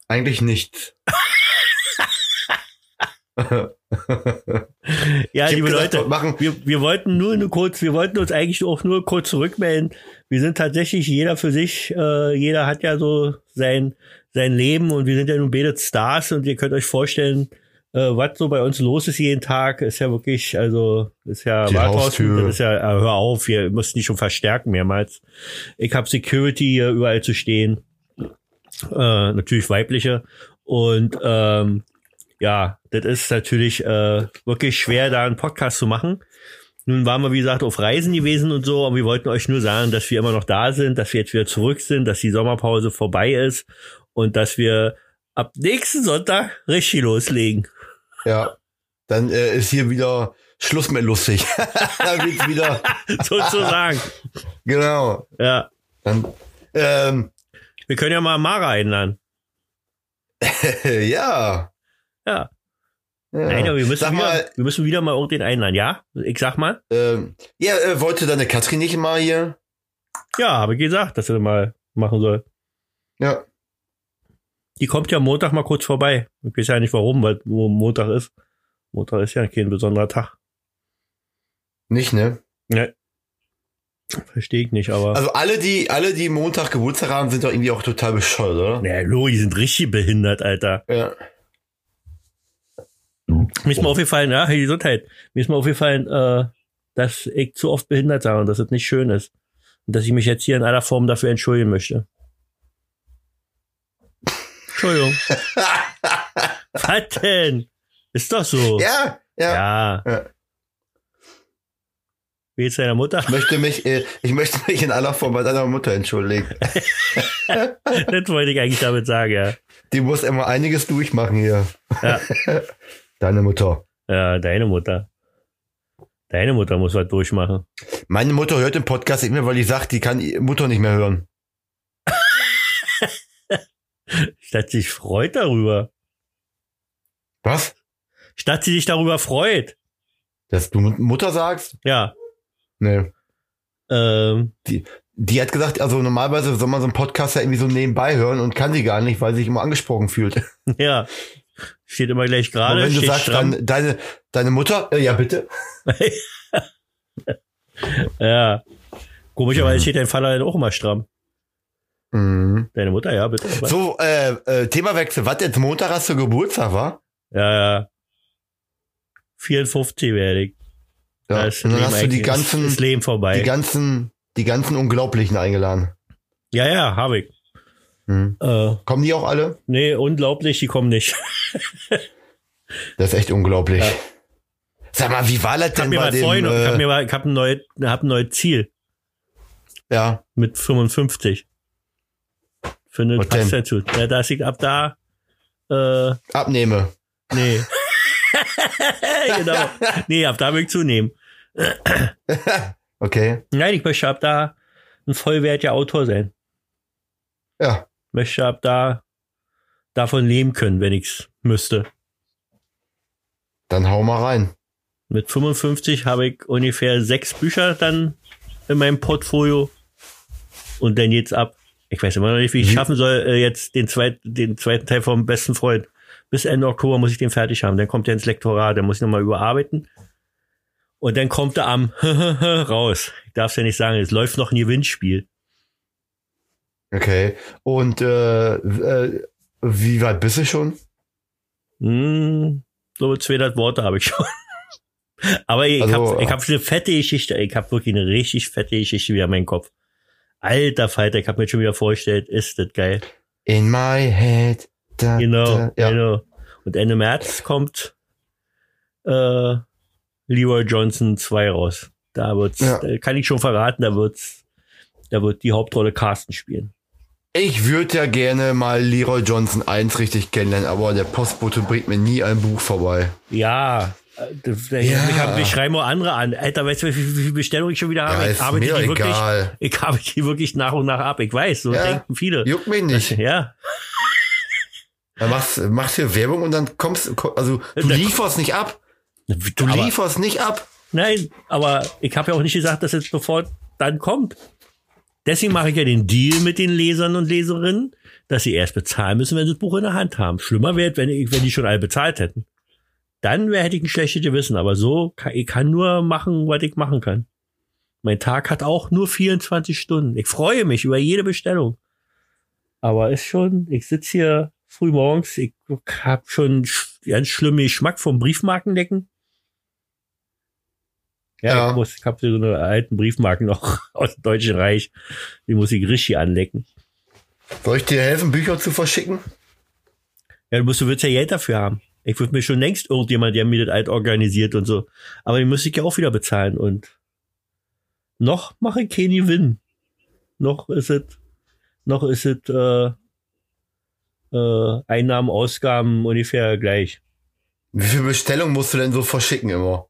Speaker 2: Eigentlich nichts.
Speaker 1: Ja,
Speaker 2: Ich hab
Speaker 1: liebe
Speaker 2: gesagt,
Speaker 1: Leute.
Speaker 2: wir Machen,
Speaker 1: Wir, wir wollten nur eine kurz, wir wollten uns eigentlich auch nur kurz zurückmelden. Wir sind tatsächlich jeder für sich, äh, jeder hat ja so sein sein Leben und wir sind ja nun beide Stars und ihr könnt euch vorstellen, äh, was so bei uns los ist jeden Tag, ist ja wirklich, also ist ja
Speaker 2: Die
Speaker 1: war draußen,
Speaker 2: Haustür.
Speaker 1: das ist ja äh, hör auf, wir mussten die schon verstärken mehrmals. Ich habe Security hier überall zu stehen, äh, natürlich weibliche und ähm, ja, das ist natürlich äh, wirklich schwer, da einen Podcast zu machen. Nun waren wir, wie gesagt, auf Reisen gewesen und so, aber wir wollten euch nur sagen, dass wir immer noch da sind, dass wir jetzt wieder zurück sind, dass die Sommerpause vorbei ist und dass wir ab nächsten Sonntag richtig loslegen. [laughs]
Speaker 2: ja. Dann äh, ist hier wieder Schluss mit lustig. [laughs] Dann geht's wieder.
Speaker 1: Sozusagen.
Speaker 2: Genau.
Speaker 1: ja.
Speaker 2: Dann, ähm, [laughs]
Speaker 1: Wir können ja mal Mara einladen.
Speaker 2: ja.
Speaker 1: Ja.
Speaker 2: ja.
Speaker 1: Nein, aber wir müssen,
Speaker 2: Äh, Sag
Speaker 1: wieder,
Speaker 2: mal,
Speaker 1: wir müssen wieder mal irgendeinen einladen, ja? Ich sag mal.
Speaker 2: ähm, ja, äh, wollte deine Katrin nicht mal hier?
Speaker 1: Ja, habe ich gesagt, dass er das mal machen soll.
Speaker 2: Ja.
Speaker 1: Die kommt ja Montag mal kurz vorbei. Ich weiß ja nicht warum, weil Mo- Montag ist. Montag ist ja kein besonderer Tag.
Speaker 2: Nicht, ne?
Speaker 1: Verstehe ich nicht, aber.
Speaker 2: Also alle, die, alle, die Montag Geburtstag haben, sind doch irgendwie auch total bescheuert, oder?
Speaker 1: naja, Lori, die sind richtig behindert, Alter.
Speaker 2: Ja.
Speaker 1: Mir ist mal aufgefallen, ja, hey, Gesundheit. Mir ist mal aufgefallen, äh, dass ich zu oft behindert sage und dass das nicht schön ist. Und dass ich mich jetzt hier in aller Form dafür entschuldigen möchte.
Speaker 2: [laughs]
Speaker 1: Entschuldigung. Was denn? Ist doch so.
Speaker 2: Ja, ja.
Speaker 1: Ja.
Speaker 2: Ja.
Speaker 1: Wie jetzt deiner Mutter? [laughs]
Speaker 2: Ich möchte mich, äh, ich möchte mich in aller Form bei deiner Mutter entschuldigen.
Speaker 1: das wollte ich eigentlich damit sagen, ja.
Speaker 2: Die muss immer einiges durchmachen hier.
Speaker 1: Ja.
Speaker 2: [laughs] Deine Mutter.
Speaker 1: Ja, deine Mutter. Deine Mutter muss was durchmachen.
Speaker 2: Meine Mutter hört den Podcast nicht mehr, weil die sagt, die kann ihre Mutter nicht mehr hören.
Speaker 1: Statt sich freut darüber.
Speaker 2: Was?
Speaker 1: Statt sie sich darüber freut.
Speaker 2: Dass du Mutter sagst?
Speaker 1: Ja.
Speaker 2: Nee.
Speaker 1: Ähm,
Speaker 2: Die hat gesagt, also normalerweise soll man so einen Podcast ja irgendwie so nebenbei hören und kann sie gar nicht, weil sie sich immer angesprochen fühlt.
Speaker 1: ja. Steht immer gleich
Speaker 2: Aber
Speaker 1: gerade.
Speaker 2: wenn du
Speaker 1: steht
Speaker 2: sagst,
Speaker 1: stramm.
Speaker 2: dann, deine, deine Mutter, äh, ja bitte.
Speaker 1: Ja. Komischerweise steht dein Vater dann auch immer stramm.
Speaker 2: Mhm.
Speaker 1: Deine Mutter, ja, bitte.
Speaker 2: So, äh, äh, Themawechsel. Was jetzt Montag hast du Geburtstag, war?
Speaker 1: Ja, ja. 54 werde ich. Da ist
Speaker 2: und
Speaker 1: das
Speaker 2: dann hast du
Speaker 1: Leben
Speaker 2: die
Speaker 1: eigentlich-
Speaker 2: ganzen,
Speaker 1: ist das Leben
Speaker 2: die
Speaker 1: vorbei.
Speaker 2: ganzen, die ganzen Unglaublichen eingeladen.
Speaker 1: Ja, ja, habe ich.
Speaker 2: Mhm.
Speaker 1: Äh,
Speaker 2: Kommen die auch alle?
Speaker 1: nee, unglaublich, die kommen nicht.
Speaker 2: Das ist echt unglaublich.
Speaker 1: Ja.
Speaker 2: Sag mal, wie war das
Speaker 1: Ich hab
Speaker 2: denn
Speaker 1: mir
Speaker 2: bei
Speaker 1: mal
Speaker 2: dem?
Speaker 1: Freunde, ich
Speaker 2: äh,
Speaker 1: hab mir mal, ich hab ein neues, hab ein neues Ziel
Speaker 2: ja,
Speaker 1: mit 55. Für eine
Speaker 2: Was denn?
Speaker 1: Passtatur. Ja, da liegt ab da, äh,
Speaker 2: abnehme. [laughs]
Speaker 1: nee. [laughs] genau. Nee, ab da will ich zunehmen.
Speaker 2: Okay.
Speaker 1: Nein, ich möchte ab da ein vollwertiger Autor sein.
Speaker 2: Ja.
Speaker 1: Möchte ab da davon leben können, wenn ich's müsste.
Speaker 2: Dann hau mal rein.
Speaker 1: Mit 55 habe ich ungefähr sechs Bücher dann in meinem Portfolio. Und dann geht's ab. Ich weiß immer noch nicht, wie ich es schaffen soll, äh, jetzt den, zweit, den zweiten Teil vom besten Freund. Bis Ende Oktober muss ich den fertig haben. Dann kommt er ins Lektorat, dann muss ich nochmal überarbeiten. Und dann kommt er am [laughs] raus. Ich darf es ja nicht sagen, es läuft noch ein Gewinnspiel.
Speaker 2: Okay. Und äh, äh, wie weit bist du schon?
Speaker 1: Hm, so 200 Worte habe ich schon. [laughs] Aber ich
Speaker 2: Also,
Speaker 1: habe ich hab eine fette Geschichte. Ich habe wirklich eine richtig fette Geschichte wieder in meinem Kopf. Alter Falter, ich habe mir schon wieder vorgestellt, ist das geil.
Speaker 2: In my head. Da,
Speaker 1: Genau,
Speaker 2: da. Ja.
Speaker 1: genau. Und Ende März kommt äh, Leroy Johnson 2 raus. Da wird's,
Speaker 2: Ja.
Speaker 1: da kann ich schon verraten, da wird's, da wird die Hauptrolle Carsten spielen.
Speaker 2: Ich würde ja gerne mal Leroy Johnson 1 richtig kennenlernen, aber der Postbote bringt mir nie ein Buch vorbei.
Speaker 1: Ja, äh, das- ich,
Speaker 2: Ja.
Speaker 1: ich, hab, ich schreibe mal andere an. Alter, weißt du, wie viel- wie viel Bestellungen ich schon wieder habe?
Speaker 2: Ja,
Speaker 1: ich
Speaker 2: ist
Speaker 1: arbeite
Speaker 2: mir
Speaker 1: die wirklich,
Speaker 2: egal.
Speaker 1: Ich habe die wirklich nach und nach ab. Ich weiß, so
Speaker 2: Ja.
Speaker 1: denken viele.
Speaker 2: Juckt mich nicht.
Speaker 1: Ja,
Speaker 2: Dann machst, machst hier Werbung und dann kommst ko- also du
Speaker 1: Da-
Speaker 2: lieferst nicht ab. Du
Speaker 1: aber,
Speaker 2: lieferst nicht ab.
Speaker 1: Nein, aber ich habe ja auch nicht gesagt, dass es sofort dann kommt. Deswegen mache ich ja den Deal mit den Lesern und Leserinnen, dass sie erst bezahlen müssen, wenn sie das Buch in der Hand haben. Schlimmer wäre, wenn, ich- wenn die schon alle bezahlt hätten. Dann wär, hätte ich ein schlechtes Gewissen, aber so, kann, ich kann nur machen, was ich machen kann. Mein Tag hat auch nur 24 Stunden. Ich freue mich über jede Bestellung. Aber ist schon, ich sitze hier früh morgens, ich habe schon sch- ganz schlimmen Geschmack vom Briefmarkendecken. Ja,
Speaker 2: Ja.
Speaker 1: ich muss, ich habe so eine alten Briefmarken noch [laughs] aus dem Deutschen Reich. Die muss ich richtig anlecken.
Speaker 2: Soll ich dir helfen, Bücher zu verschicken?
Speaker 1: Ja, du musst, du würdest ja Geld dafür haben. Ich würde mir schon längst irgendjemand, der mir das alt organisiert und so. Aber den müsste ich ja auch wieder bezahlen und noch mache ich keinen Gewinn. Noch ist es, noch ist es, äh, äh, Einnahmen, Ausgaben ungefähr gleich.
Speaker 2: Wie viel Bestellung musst du denn so verschicken immer?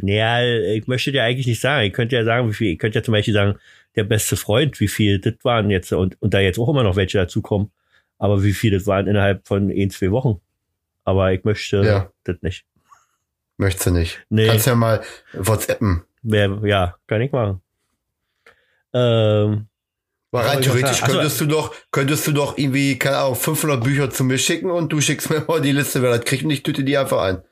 Speaker 1: Naja, ich möchte dir eigentlich nicht sagen. Ich könnte ja sagen, wie viel, ich könnte ja zum Beispiel sagen, der beste Freund, wie viel das waren jetzt und, und da jetzt auch immer noch welche dazukommen. Aber wie viel das waren innerhalb von ein, zwei Wochen. Aber ich möchte
Speaker 2: Ja.
Speaker 1: das nicht.
Speaker 2: Möchtest du nicht?
Speaker 1: Nee.
Speaker 2: Kannst ja mal WhatsAppen.
Speaker 1: Wer, ja, kann ich machen. Ähm, [laughs]
Speaker 2: Weil rein
Speaker 1: Aber
Speaker 2: theoretisch
Speaker 1: ich- Ach so.
Speaker 2: könntest du doch, könntest du doch irgendwie, keine Ahnung, 500 Bücher zu mir schicken und du schickst mir mal die Liste, wer das kriegt und ich tüte die einfach ein.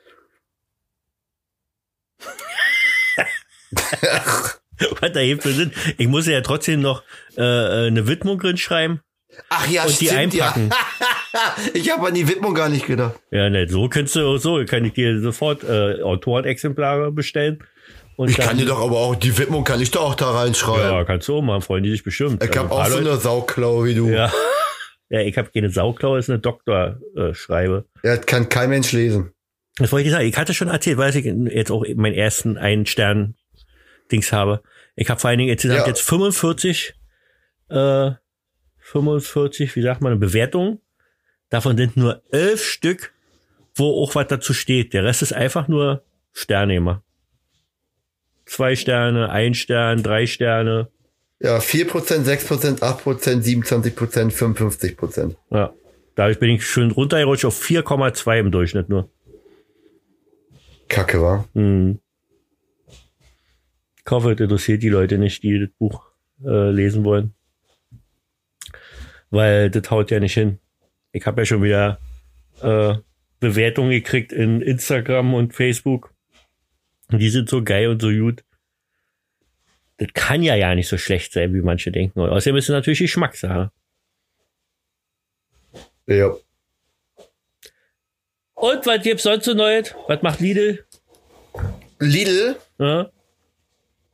Speaker 1: was da eben für Sinn. Ich muss ja trotzdem noch äh, äh, eine Widmung drin schreiben.
Speaker 2: Ach ja,
Speaker 1: Und die
Speaker 2: stimmt,
Speaker 1: einpacken.
Speaker 2: ja. [laughs] ich habe an die Widmung gar nicht gedacht.
Speaker 1: Ja, ne, so kannst du, so kann ich dir sofort äh, Autorenexemplare bestellen. Und
Speaker 2: Ich
Speaker 1: dann,
Speaker 2: kann dir doch aber auch, die Widmung kann ich doch auch da reinschreiben.
Speaker 1: Ja, kannst du auch machen, freuen die sich bestimmt.
Speaker 2: ich
Speaker 1: Also,
Speaker 2: habe auch so
Speaker 1: Hallo-
Speaker 2: eine Sauklaue wie du. Ja.
Speaker 1: ja. ja, ich habe keine Sauklaue, ist eine Doktorschreibe.
Speaker 2: Das kann kein Mensch lesen.
Speaker 1: Das wollte ich dir sagen. Ich hatte schon erzählt, weil ich jetzt auch meinen ersten einen Stern Dings habe. Ich habe vor allen Dingen insgesamt
Speaker 2: Ja.
Speaker 1: jetzt 45, äh, 45, wie sagt man, Bewertungen. Davon sind nur elf Stück, wo auch was dazu steht. Der Rest ist einfach nur Sternnehmer. Zwei Sterne, ein Stern, drei Sterne.
Speaker 2: Ja, 4%, 6%, 8%, 27%, 55%.
Speaker 1: Ja. Dadurch bin ich schön runtergerutscht auf 4,2 im Durchschnitt nur.
Speaker 2: Kacke, war.
Speaker 1: Hm. Ich hoffe, das interessiert die Leute nicht, die das Buch äh, lesen wollen. Weil das haut ja nicht hin. Ich habe ja schon wieder äh, Bewertungen gekriegt in Instagram und Facebook. Und Die sind so geil und so gut. Das kann ja ja nicht so schlecht sein, wie manche denken. Und außerdem ist es natürlich Geschmackssache.
Speaker 2: Ja.
Speaker 1: Und was gibt's sonst so Neues? Was macht Lidl?
Speaker 2: Lidl,
Speaker 1: Ja?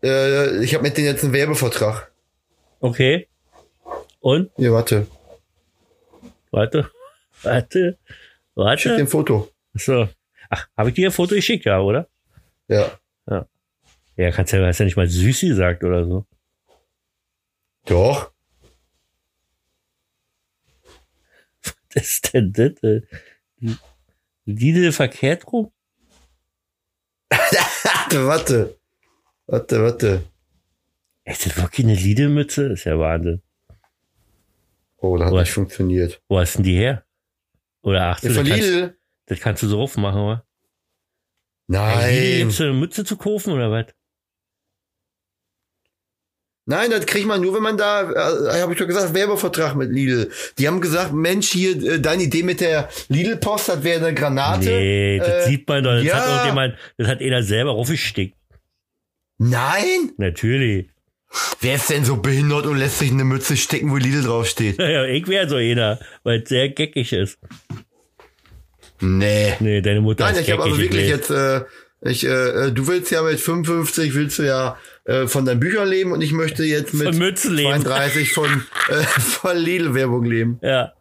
Speaker 2: äh, ich habe mit denen jetzt einen Werbevertrag.
Speaker 1: Okay. Und?
Speaker 2: Hier, warte.
Speaker 1: Warte. Warte.
Speaker 2: Schick
Speaker 1: Warte.
Speaker 2: dir ein Foto.
Speaker 1: So. Ach, habe ich dir ein Foto geschickt, ja, oder?
Speaker 2: Ja.
Speaker 1: Ja, kannst ja, hast ja nicht mal süß gesagt oder so. [laughs]
Speaker 2: Doch.
Speaker 1: Was ist denn das? äh? Lidl verkehrt rum?
Speaker 2: Warte, warte. Warte, warte.
Speaker 1: Ist das wirklich eine Lidl-Mütze? Ist ja Wahnsinn.
Speaker 2: Oh, das hat
Speaker 1: Was?
Speaker 2: nicht funktioniert.
Speaker 1: Wo hast denn die her? Oder ach, du,
Speaker 2: Ja, von
Speaker 1: das, kannst,
Speaker 2: Lidl?
Speaker 1: das kannst du so aufmachen, oder? Bei Lidl
Speaker 2: Nein.
Speaker 1: gibt's so eine Mütze zu kaufen oder was?
Speaker 2: Nein, das kriegt man nur, wenn man da, äh, habe ich doch gesagt, Werbevertrag mit Lidl. Die haben gesagt, Mensch, hier, äh, deine Idee mit der Lidl-Post, das wäre eine Granate.
Speaker 1: Nee, das
Speaker 2: Äh,
Speaker 1: sieht man doch. Das hat
Speaker 2: ja.
Speaker 1: auch jemand, das hat einer selber raufgestickt.
Speaker 2: Nein?
Speaker 1: Natürlich. [laughs]
Speaker 2: Wer ist denn so behindert und lässt sich eine Mütze stecken, wo Lidl draufsteht?
Speaker 1: Naja, ich wäre so einer, weil es sehr geckig ist.
Speaker 2: Nee.
Speaker 1: Nee, deine Mutter
Speaker 2: Nein,
Speaker 1: ist
Speaker 2: ich habe
Speaker 1: geckig,
Speaker 2: also wirklich
Speaker 1: weiß.
Speaker 2: jetzt, äh, ich, äh, äh, du willst ja mit 55, willst du ja äh, von deinen Büchern leben und ich möchte jetzt mit
Speaker 1: Von Mützen leben.
Speaker 2: 32 von, äh, [laughs] von Lidl-Werbung leben.
Speaker 1: Ja.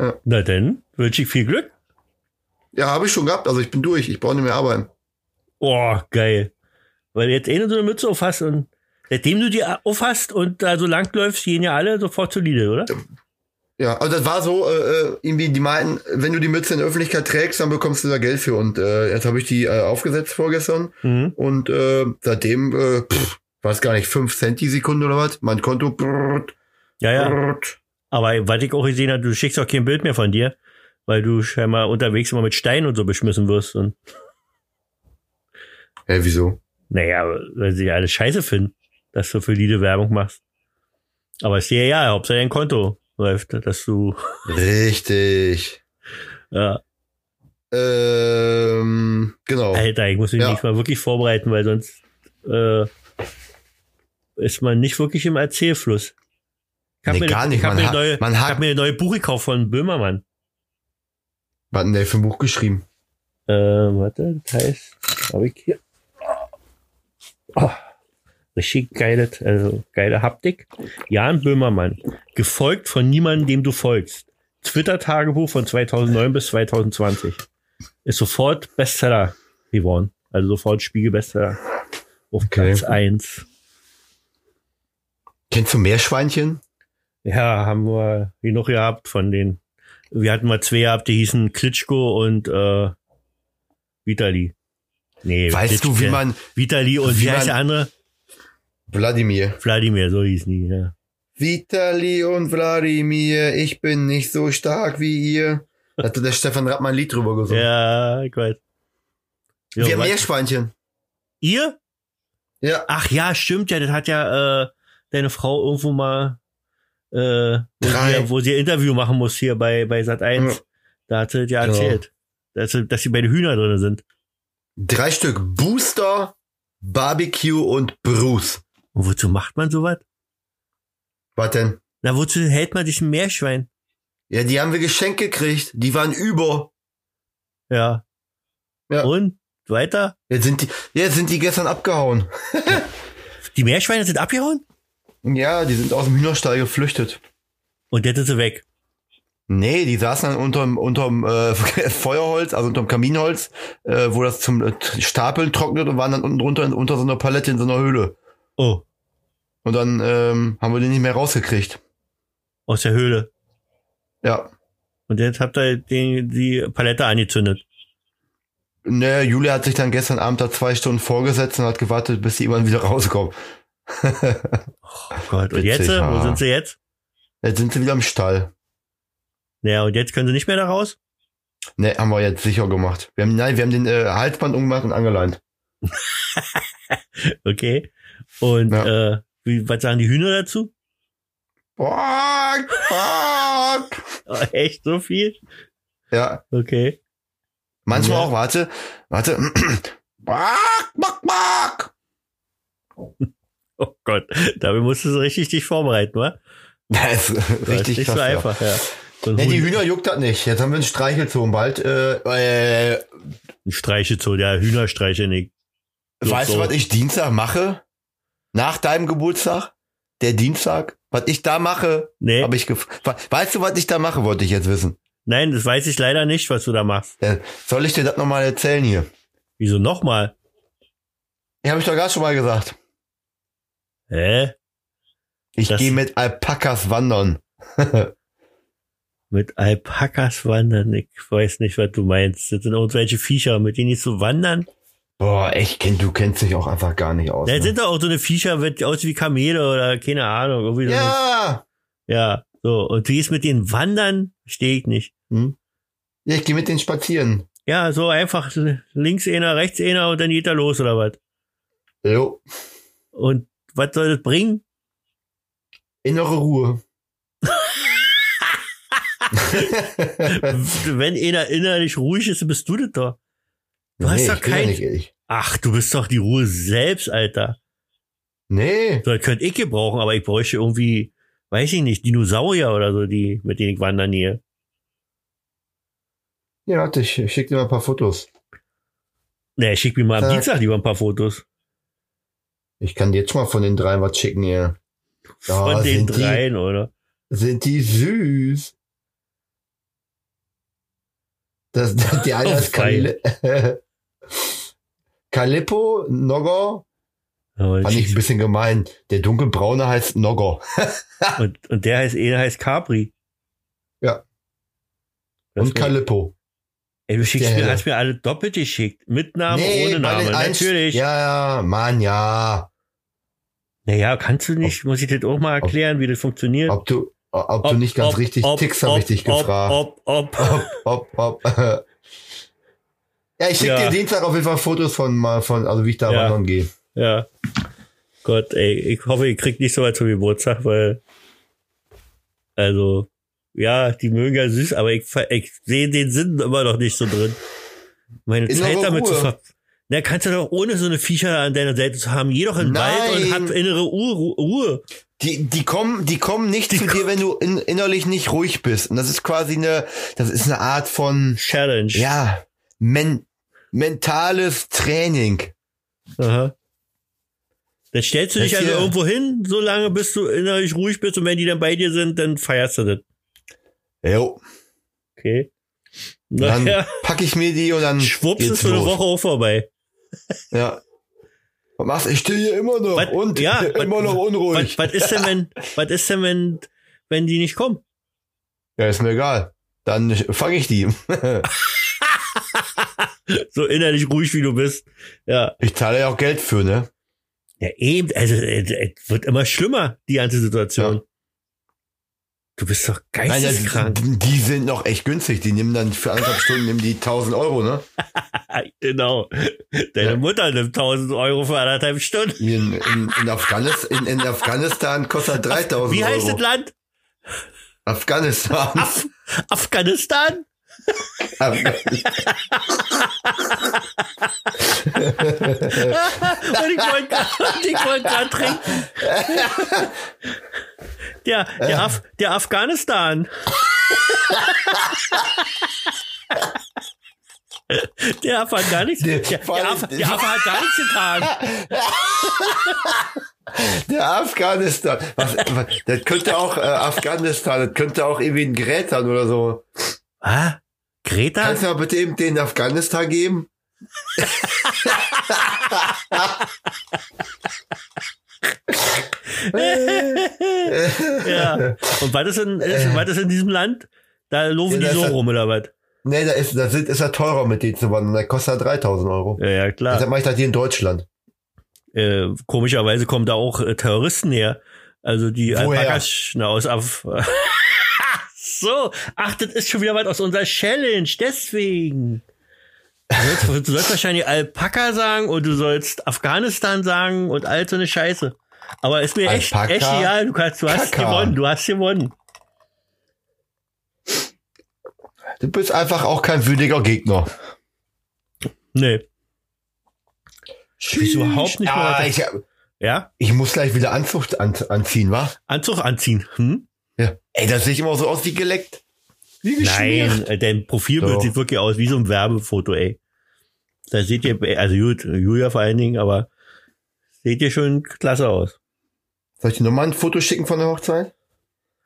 Speaker 2: Ja.
Speaker 1: Na dann, wünsche ich viel Glück.
Speaker 2: Ja, habe ich schon gehabt, also ich bin durch, ich brauche nicht mehr arbeiten.
Speaker 1: Oh, geil. Weil jetzt eh nur so eine Mütze aufhast und seitdem du die aufhast und da so langläufst, gehen ja alle sofort zu Lidl, oder?
Speaker 2: Ja, also das war so, äh, irgendwie, die meinten, wenn du die Mütze in der Öffentlichkeit trägst, dann bekommst du da Geld für. Und äh, jetzt habe ich die äh, aufgesetzt vorgestern
Speaker 1: Mhm.
Speaker 2: und äh, seitdem, äh, pff, weiß gar nicht, 5 Cent die Sekunde oder was? Mein Konto. Brrrt,
Speaker 1: Ja, ja.
Speaker 2: brrrt.
Speaker 1: Aber was ich auch gesehen habe, du schickst auch kein Bild mehr von dir, weil du scheinbar unterwegs immer mit Steinen und so beschmissen wirst. Und
Speaker 2: Hä, wieso?
Speaker 1: naja, weil sie alles scheiße finden, dass du für Lidl Werbung machst. Aber ist dir ja, Hauptsache dein Konto läuft, dass du, äh,
Speaker 2: Richtig.
Speaker 1: ja,
Speaker 2: Ähm, genau.
Speaker 1: Alter, ich muss mich
Speaker 2: Ja.
Speaker 1: nicht mal wirklich vorbereiten, weil sonst äh, ist man nicht wirklich im Erzählfluss. Ich hab
Speaker 2: Nee,
Speaker 1: mir,
Speaker 2: gar nicht.
Speaker 1: Ich habe
Speaker 2: Man
Speaker 1: mir, eine
Speaker 2: ha-
Speaker 1: neue-
Speaker 2: man
Speaker 1: ich
Speaker 2: hat-
Speaker 1: hab mir eine neue Buch gekauft von Böhmermann.
Speaker 2: Was hat denn der für ein Buch geschrieben?
Speaker 1: Äh, warte, das heißt, habe ich hier. Oh, richtig geile, also geile Haptik. Jan Böhmermann, gefolgt von niemandem, dem du folgst. Twitter-Tagebuch von 2009 bis 2020. Ist sofort Bestseller geworden. Also sofort Spiegel-Bestseller. Auf
Speaker 2: Okay.
Speaker 1: Platz 1.
Speaker 2: Kennst du Meerschweinchen?
Speaker 1: Ja, haben wir genug gehabt von den. Wir hatten mal zwei gehabt, die hießen Klitschko und äh, Vitali. Nee,
Speaker 2: Weißt du, wie
Speaker 1: Klitschko.
Speaker 2: man
Speaker 1: Vitali und
Speaker 2: wie
Speaker 1: wie heißt
Speaker 2: man-
Speaker 1: der andere?
Speaker 2: Wladimir.
Speaker 1: Wladimir, so hießen die, ja.
Speaker 2: Vitali und Wladimir, ich bin nicht so stark wie ihr. Da hatte der Stefan Rapp mal ein Lied drüber gesungen.
Speaker 1: Ja, ich weiß. Jo,
Speaker 2: Wir haben
Speaker 1: was-
Speaker 2: Meerschweinchen.
Speaker 1: ihr?
Speaker 2: Ja.
Speaker 1: Ach ja, stimmt ja, das hat ja äh, deine Frau irgendwo mal, äh, wo,
Speaker 2: Drei.
Speaker 1: sie, wo sie ein Interview machen muss hier bei, bei Sat 1.
Speaker 2: Ja.
Speaker 1: Da hat sie ja
Speaker 2: Genau.
Speaker 1: erzählt, dass, sie- dass sie bei den Hühnern drin sind.
Speaker 2: Drei Stück. Booster, Barbecue und Bruce.
Speaker 1: Und wozu macht man sowas?
Speaker 2: Was denn?
Speaker 1: Na, wozu hält man sich ein Meerschwein?
Speaker 2: Ja, die haben wir geschenkt gekriegt. Die waren über.
Speaker 1: Ja.
Speaker 2: Ja.
Speaker 1: Und? Weiter?
Speaker 2: Jetzt sind die, jetzt sind die gestern abgehauen.
Speaker 1: Die Meerschweine sind abgehauen?
Speaker 2: Ja, die sind aus dem Hühnerstall geflüchtet.
Speaker 1: Und jetzt sind sie weg.
Speaker 2: Nee, die saßen dann unterm, unterm äh, [laughs] Feuerholz, also unterm Kaminholz, äh, wo das zum äh, Stapeln trocknet und waren dann unten drunter in, unter so einer Palette in so einer Höhle.
Speaker 1: Oh,
Speaker 2: Und dann ähm, haben wir den nicht mehr rausgekriegt.
Speaker 1: aus der Höhle.
Speaker 2: Ja.
Speaker 1: Und jetzt habt ihr den, die Palette angezündet.
Speaker 2: Ne, Julia hat sich dann gestern Abend da zwei Stunden vorgesetzt und hat gewartet, bis die irgendwann wieder [laughs] rauskommen.
Speaker 1: Oh Gott. Und jetzt?
Speaker 2: Witzig, Ah.
Speaker 1: äh, Wo
Speaker 2: ja.
Speaker 1: sind sie jetzt?
Speaker 2: Jetzt sind sie wieder im Stall.
Speaker 1: Ja, und jetzt können sie nicht mehr da raus?
Speaker 2: Ne, haben wir jetzt sicher gemacht. Wir haben, nein, wir haben den äh, Halsband umgemacht und angeleint.
Speaker 1: Okay. Und
Speaker 2: Ja.
Speaker 1: äh, wie, was sagen die Hühner dazu?
Speaker 2: Quack, quack.
Speaker 1: Oh, echt so viel?
Speaker 2: ja,
Speaker 1: Okay.
Speaker 2: manchmal
Speaker 1: Ja.
Speaker 2: auch, warte, warte. [clears throat] Quack, quack, quack.
Speaker 1: Oh Gott, damit musst du so richtig dich vorbereiten, wa?
Speaker 2: Das ist
Speaker 1: Das ist
Speaker 2: richtig
Speaker 1: nicht
Speaker 2: krass.
Speaker 1: so
Speaker 2: ja.
Speaker 1: einfach, ja. So ein
Speaker 2: Ne, die
Speaker 1: Huhn-
Speaker 2: Hühner juckt das nicht. Jetzt haben wir einen Streichelzoo und bald. Äh, äh,
Speaker 1: Ein Streichelzoo, ja, Hühnerstreiche nicht. So,
Speaker 2: weißt
Speaker 1: so.
Speaker 2: du, was ich Dienstag mache? Nach deinem Geburtstag? Der Dienstag? Was ich da mache?
Speaker 1: Nee,
Speaker 2: Hab ich gef We- weißt du, was ich da mache, wollte ich jetzt wissen.
Speaker 1: nein, das weiß ich leider nicht, was du da machst.
Speaker 2: Äh, Soll ich dir das nochmal erzählen hier?
Speaker 1: Wieso nochmal?
Speaker 2: Ja, habe ich doch gerade schon mal gesagt.
Speaker 1: Hä?
Speaker 2: Ich
Speaker 1: Das-
Speaker 2: gehe mit Alpakas wandern. [laughs]
Speaker 1: Mit Alpakas wandern? Ich weiß nicht, was du meinst. Das sind irgendwelche Viecher, mit denen ich so wandern.
Speaker 2: Boah, echt, Kind, du kennst dich auch einfach gar nicht aus.
Speaker 1: Da
Speaker 2: Ne?
Speaker 1: sind doch auch so eine Viecher, wird aus wie Kamele oder keine Ahnung. Irgendwie so
Speaker 2: Ja,
Speaker 1: eine, ja, so. Und wie ist mit den Wandern? Verstehe ich nicht.
Speaker 2: ja ich gehe mit denen spazieren.
Speaker 1: Ja, so einfach links einer, rechts einer und dann geht er los oder was?
Speaker 2: Jo,
Speaker 1: Und was soll das bringen?
Speaker 2: [laughs]
Speaker 1: [laughs]
Speaker 2: innere Ruhe. [laughs]
Speaker 1: Wenn einer innerlich ruhig ist, bist du das doch. Du hast doch
Speaker 2: ich bin
Speaker 1: kein-
Speaker 2: Nicht, ich.
Speaker 1: Ach, du bist doch die Ruhe selbst, Alter.
Speaker 2: Nee,
Speaker 1: So, Das könnte ich gebrauchen, aber ich bräuchte irgendwie, weiß ich nicht, Dinosaurier oder so, die, mit denen ich wandern hier.
Speaker 2: ja, warte, ich ich schick dir mal ein paar Fotos.
Speaker 1: Na, Ne, schick mir mal am
Speaker 2: Sag.
Speaker 1: Dienstag lieber ein paar Fotos.
Speaker 2: Ich kann dir jetzt schon mal von den dreien was schicken hier. Ja,
Speaker 1: Von den
Speaker 2: sind die-
Speaker 1: dreien, oder?
Speaker 2: Sind die süß? Das, [laughs] das, die eine
Speaker 1: Oh,
Speaker 2: ist Kalil [laughs] Kalippo, Nogger.
Speaker 1: Aber
Speaker 2: Fand ich ein
Speaker 1: schieß-
Speaker 2: bisschen gemein. Der dunkelbraune heißt Nogger.
Speaker 1: und, und der heißt, einer heißt Capri.
Speaker 2: Ja.
Speaker 1: Das
Speaker 2: Und Kalippo.
Speaker 1: Ey, du schickst
Speaker 2: der
Speaker 1: mir,
Speaker 2: Helle.
Speaker 1: hast mir alle doppelt geschickt. Mit Namen,
Speaker 2: Nee,
Speaker 1: ohne
Speaker 2: bei
Speaker 1: Namen.
Speaker 2: den eins-
Speaker 1: Natürlich.
Speaker 2: Ja, ja, Mann, ja.
Speaker 1: Naja, kannst du nicht, muss ich das auch mal erklären, wie das funktioniert?
Speaker 2: Ob du, ob, du nicht ganz
Speaker 1: ob,
Speaker 2: richtig
Speaker 1: ob,
Speaker 2: tickst, habe ich
Speaker 1: ob,
Speaker 2: dich
Speaker 1: ob,
Speaker 2: gefragt.
Speaker 1: Ob, ob,
Speaker 2: [laughs] Hopp, hopp, hopp. Ja, ich schicke
Speaker 1: Ja.
Speaker 2: dir Dienstag auf jeden Fall Fotos von, mal von also wie ich da
Speaker 1: Ja.
Speaker 2: wandern gehe.
Speaker 1: Ja. Gott, ey, ich hoffe, ihr kriegt nicht so weit zum Geburtstag, weil, also, ja, die mögen ja süß, aber ich, ver- ich sehe den Sinn immer noch nicht so drin. Meine
Speaker 2: Innere
Speaker 1: Zeit damit zu
Speaker 2: Ruhe.
Speaker 1: ver... Na, kannst du doch ohne so eine Viecher an deiner Seite zu haben, geh doch in den Wald und
Speaker 2: Nein.
Speaker 1: hab innere Ur- Ru- Ruhe.
Speaker 2: Die, die kommen, die kommen nicht zu dir, wenn du in, innerlich nicht ruhig bist. Und das ist quasi eine, das ist eine Art von,
Speaker 1: Challenge.
Speaker 2: ja, men, mentales Training.
Speaker 1: Aha. Dann stellst du dich
Speaker 2: Das
Speaker 1: also
Speaker 2: hier-
Speaker 1: irgendwo hin, solange bis du innerlich ruhig bist und wenn die dann bei dir sind, dann feierst du das.
Speaker 2: Jo.
Speaker 1: Okay. [laughs]
Speaker 2: Dann
Speaker 1: Naja,
Speaker 2: pack ich mir die und dann
Speaker 1: schwupps
Speaker 2: geht's
Speaker 1: ist so eine
Speaker 2: los.
Speaker 1: Woche auch vorbei.
Speaker 2: Ja. Was machst du? Ich stehe hier immer noch
Speaker 1: Was?
Speaker 2: und
Speaker 1: Ja, was-
Speaker 2: [laughs] immer noch
Speaker 1: Was,
Speaker 2: unruhig.
Speaker 1: was ist denn, [laughs] wenn, was ist denn, wenn, wenn die nicht kommen?
Speaker 2: Ja, ist mir egal. Dann fange ich die.
Speaker 1: So innerlich ruhig wie du bist. Ja.
Speaker 2: Ich zahle ja auch Geld für, ne?
Speaker 1: Ja, eben, also, es es wird immer schlimmer, die ganze Situation.
Speaker 2: Ja.
Speaker 1: Du bist doch
Speaker 2: Nein, ja,
Speaker 1: geisteskrank.
Speaker 2: die- die sind noch echt günstig. Die nehmen dann für anderthalb Stunden nehmen die 1000 Euro, ne?
Speaker 1: genau. Deine
Speaker 2: Ja.
Speaker 1: Mutter nimmt 1000 Euro für anderthalb Stunden.
Speaker 2: Hier In, in, in, Afghanis, in, in Afghanistan kostet das 3000
Speaker 1: Wie
Speaker 2: Euro.
Speaker 1: heißt das Land?
Speaker 2: Afghanistan.
Speaker 1: Af Afghanistan?
Speaker 2: Afghanistan.
Speaker 1: Und ich wollte gerade wollt trinken. Der, der, Af, der Afghanistan. Der Affe hat halt gar nichts. Der,
Speaker 2: vor allem-
Speaker 1: der, Affe, der Affe hat gar nichts getan.
Speaker 2: [laughs] Der Afghanistan. Was, was, das könnte auch äh, Afghanistan, das könnte auch irgendwie ein Gerät sein oder so.
Speaker 1: Ah, Greta?
Speaker 2: Kannst du mal bitte eben den Afghanistan geben?
Speaker 1: Ja. Und was ist in, ist, was ist in diesem Land? Da laufen
Speaker 2: Ja,
Speaker 1: die
Speaker 2: das
Speaker 1: so
Speaker 2: hat-
Speaker 1: rum oder was?
Speaker 2: Nee, da ist, da sind, ist er teurer mit denen zu wandern. Da kostet er 3000 Euro.
Speaker 1: Ja, ja klar.
Speaker 2: Deshalb mache ich das hier in Deutschland.
Speaker 1: äh, komischerweise kommen da auch äh, Terroristen her. Also die
Speaker 2: Woher?
Speaker 1: Alpakas na, aus Af [laughs] So, ach, das ist schon wieder was aus unserer Challenge, deswegen. Du sollst, du sollst wahrscheinlich Alpaka sagen und du sollst Afghanistan sagen und all so eine Scheiße. Aber ist mir echt,
Speaker 2: Alpaka,
Speaker 1: echt egal, du, kannst, du hast
Speaker 2: Kaka.
Speaker 1: gewonnen, du hast gewonnen.
Speaker 2: Du bist einfach auch kein würdiger Gegner.
Speaker 1: Nee,
Speaker 2: Tschüss.
Speaker 1: überhaupt nicht mehr
Speaker 2: ah,
Speaker 1: weiter-
Speaker 2: ich,
Speaker 1: ja?
Speaker 2: ich muss gleich wieder Anzug an, anziehen, wa?
Speaker 1: Anzug anziehen, hm?
Speaker 2: Ja. Ey, das sehe ich immer so aus wie geleckt. Wie geschmiert.
Speaker 1: Nein, äh, dein Profilbild
Speaker 2: Doch.
Speaker 1: sieht wirklich aus wie so ein Werbefoto, ey. Da seht ihr, also gut, Julia vor allen Dingen, aber seht ihr schon klasse aus.
Speaker 2: Soll ich dir nochmal ein Foto schicken von der Hochzeit?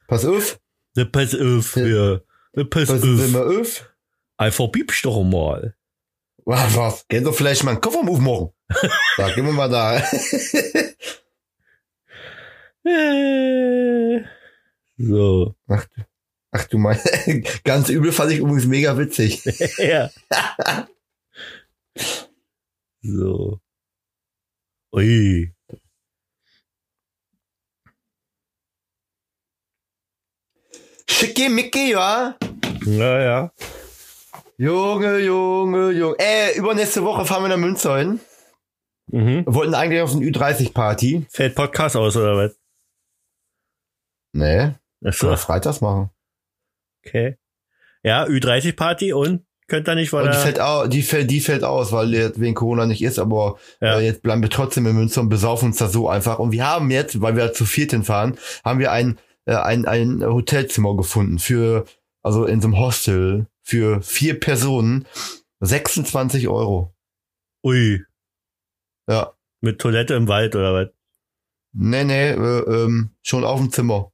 Speaker 2: Pass auf.
Speaker 1: Ne, pass auf,
Speaker 2: Ja.
Speaker 1: ja. Ne, pass
Speaker 2: Pass auf.
Speaker 1: auf.
Speaker 2: Immer auf.
Speaker 1: Einfach piepst doch mal.
Speaker 2: Was, was? Gehen doch vielleicht mal einen Koffer aufmachen. Da, gehen wir mal da. [laughs]
Speaker 1: Äh. So. [laughs]
Speaker 2: Ach, du- ach du mein. [laughs] Ganz übel fand ich übrigens mega witzig.
Speaker 1: ja. so. Ui.
Speaker 2: Schicke Micke, ja?
Speaker 1: Ja, ja.
Speaker 2: Junge, Junge, Junge. Äh, übernächste Woche fahren wir nach Münster hin.
Speaker 1: Mhm.
Speaker 2: Wir wollten eigentlich auf eine Ü30-Party.
Speaker 1: Fällt Podcast aus, oder was?
Speaker 2: Nee,
Speaker 1: Ach
Speaker 2: können
Speaker 1: so,
Speaker 2: wir freitags machen.
Speaker 1: okay. Ja, Ü30-Party und? Könnt ihr nicht, weil
Speaker 2: Und die
Speaker 1: er-
Speaker 2: fällt, au- die, fällt, die fällt aus, weil jetzt wegen Corona nicht ist, aber
Speaker 1: Ja.
Speaker 2: äh, jetzt bleiben wir trotzdem in Münster und besaufen uns da so einfach. Und wir haben jetzt, weil wir zu viert hinfahren, haben wir ein, äh, ein, ein Hotelzimmer gefunden für, also in so einem Hostel für vier Personen. 26 Euro.
Speaker 1: Ui.
Speaker 2: Ja.
Speaker 1: Mit Toilette im Wald oder was?
Speaker 2: Nee, nee, äh, ähm, schon auf dem Zimmer.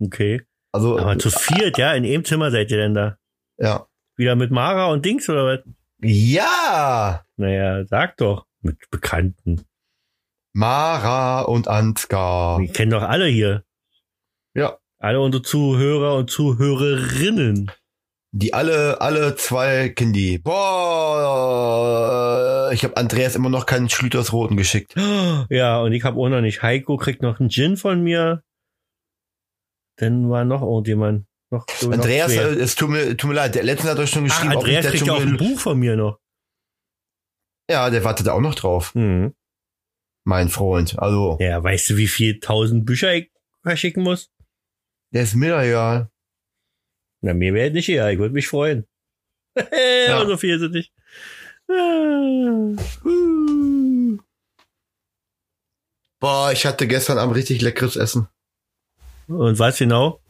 Speaker 1: Okay.
Speaker 2: Also,
Speaker 1: Aber zu viert, ja, in jedem Zimmer seid ihr denn da?
Speaker 2: ja.
Speaker 1: Wieder mit Mara und Dings oder was?
Speaker 2: Ja!
Speaker 1: Naja, sag doch. Mit Bekannten.
Speaker 2: Mara und Ansgar.
Speaker 1: Die kennen doch alle hier.
Speaker 2: Ja.
Speaker 1: Alle unsere Zuhörer und Zuhörerinnen.
Speaker 2: Die alle, alle zwei Kindi. Boah, ich habe Andreas immer noch keinen Schlüters Roten geschickt.
Speaker 1: Ja, und ich habe auch noch nicht. Heiko kriegt noch einen Gin von mir. Dann war noch irgendjemand. Noch, so
Speaker 2: Andreas,
Speaker 1: noch
Speaker 2: äh,
Speaker 1: wer.
Speaker 2: es tut mir, tut mir leid, der letzte hat euch schon
Speaker 1: Ach,
Speaker 2: geschrieben. ob
Speaker 1: Andreas
Speaker 2: ich das
Speaker 1: kriegt ja
Speaker 2: schon
Speaker 1: auch
Speaker 2: mal-
Speaker 1: ein Buch von mir noch.
Speaker 2: Ja, der wartet auch noch drauf,
Speaker 1: Hm.
Speaker 2: mein Freund. Also,
Speaker 1: Ja, weißt du, wie viel tausend Bücher ich verschicken muss?
Speaker 2: der ist mir doch egal.
Speaker 1: Na, mir wäre nicht egal. Ich würde mich freuen. [laughs]
Speaker 2: Ja.
Speaker 1: Aber so viel sind nicht. Oh,
Speaker 2: Boah, ich hatte gestern Abend richtig leckeres Essen.
Speaker 1: Und was genau?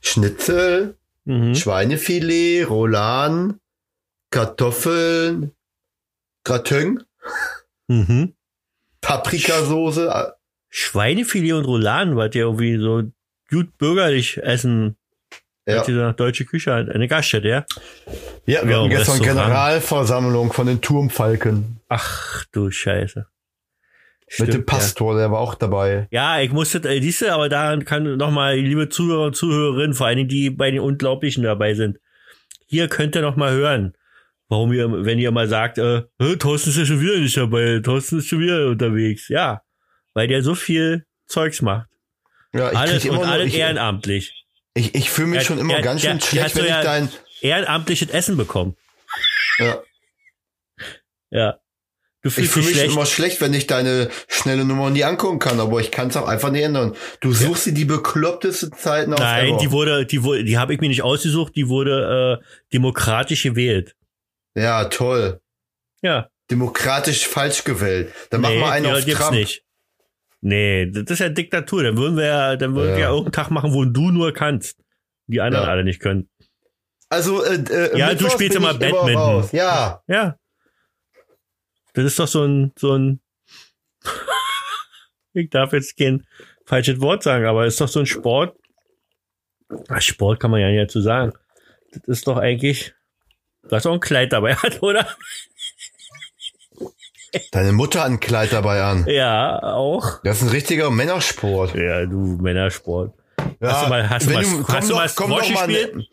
Speaker 2: Schnitzel,
Speaker 1: Mhm.
Speaker 2: Schweinefilet, Rouladen, Kartoffeln, Gratin,
Speaker 1: Mhm.
Speaker 2: Paprikasoße. äh,
Speaker 1: Schweinefilet und Rouladen, was ja irgendwie so gut bürgerlich essen.
Speaker 2: Ja.
Speaker 1: Ja. Diese deutsche Küche, halt eine Gaststätte, ja?
Speaker 2: Ja, wir
Speaker 1: Ja,
Speaker 2: hatten
Speaker 1: im
Speaker 2: gestern
Speaker 1: Restaurant.
Speaker 2: Generalversammlung von den Turmfalken
Speaker 1: Ach du Scheiße.
Speaker 2: mit
Speaker 1: Stimmt,
Speaker 2: dem Pastor, der war auch dabei.
Speaker 1: Ja, ja ich musste, äh, siehste, aber daran kann nochmal, liebe Zuhörer und Zuhörerinnen, vor allen Dingen, die bei den Unglaublichen dabei sind, hier könnt ihr nochmal hören, warum ihr, wenn ihr mal sagt, äh, "Hä, Thorsten ist ja schon wieder nicht dabei, Thorsten ist schon wieder unterwegs. Ja, weil der so viel Zeugs macht.
Speaker 2: Ja, ich
Speaker 1: alles
Speaker 2: krieg
Speaker 1: und
Speaker 2: immer nur,
Speaker 1: alles
Speaker 2: ich,
Speaker 1: ehrenamtlich.
Speaker 2: ich, ich fühle mich
Speaker 1: Ja,
Speaker 2: schon immer
Speaker 1: ja,
Speaker 2: ganz
Speaker 1: ja,
Speaker 2: schön
Speaker 1: die hat
Speaker 2: schlecht,
Speaker 1: so
Speaker 2: wenn
Speaker 1: ja-
Speaker 2: ich dein
Speaker 1: Ehrenamtliches Essen bekommen.
Speaker 2: ja,
Speaker 1: Ja. Du
Speaker 2: ich
Speaker 1: fühlst
Speaker 2: fühle
Speaker 1: dich
Speaker 2: mich
Speaker 1: schlecht.
Speaker 2: immer schlecht, wenn ich deine schnelle Nummer nie angucken kann, aber ich kann es auch einfach nicht ändern. Du suchst dir die beklopptesten Zeiten aus.
Speaker 1: Nein,
Speaker 2: ever.
Speaker 1: die wurde, die wurde, die habe ich mir nicht ausgesucht, die wurde äh, demokratisch gewählt.
Speaker 2: ja, toll.
Speaker 1: Ja.
Speaker 2: Demokratisch falsch gewählt. Dann machen wir einen
Speaker 1: die
Speaker 2: auf
Speaker 1: gibt's
Speaker 2: Trump.
Speaker 1: nicht. Nee, das ist ja Diktatur. Dann würden wir ja, dann würden wir ja
Speaker 2: Ja.
Speaker 1: irgendeinen Tag machen, wo du nur kannst. Die anderen
Speaker 2: Ja.
Speaker 1: alle nicht können.
Speaker 2: Also, äh, äh,
Speaker 1: Ja,
Speaker 2: mittwochs
Speaker 1: du spielst
Speaker 2: bin
Speaker 1: immer
Speaker 2: ich
Speaker 1: Badminton.
Speaker 2: raus. Ja,
Speaker 1: Ja. Das ist doch so ein, so ein, [laughs] ich darf jetzt kein falsches Wort sagen, aber ist doch so ein Sport. Ach, Sport kann man ja nicht dazu sagen. Das ist doch eigentlich, da ist auch ein Kleid dabei [laughs] hat, oder?
Speaker 2: deine Mutter hat ein Kleid dabei an.
Speaker 1: Ja, auch.
Speaker 2: Das ist ein richtiger Männersport.
Speaker 1: Ja, du Männersport.
Speaker 2: Ja,
Speaker 1: Hast du mal- hast du
Speaker 2: wenn
Speaker 1: mal- hast
Speaker 2: komm
Speaker 1: du mal
Speaker 2: komm
Speaker 1: Squash
Speaker 2: mal- ne-
Speaker 1: gespielt?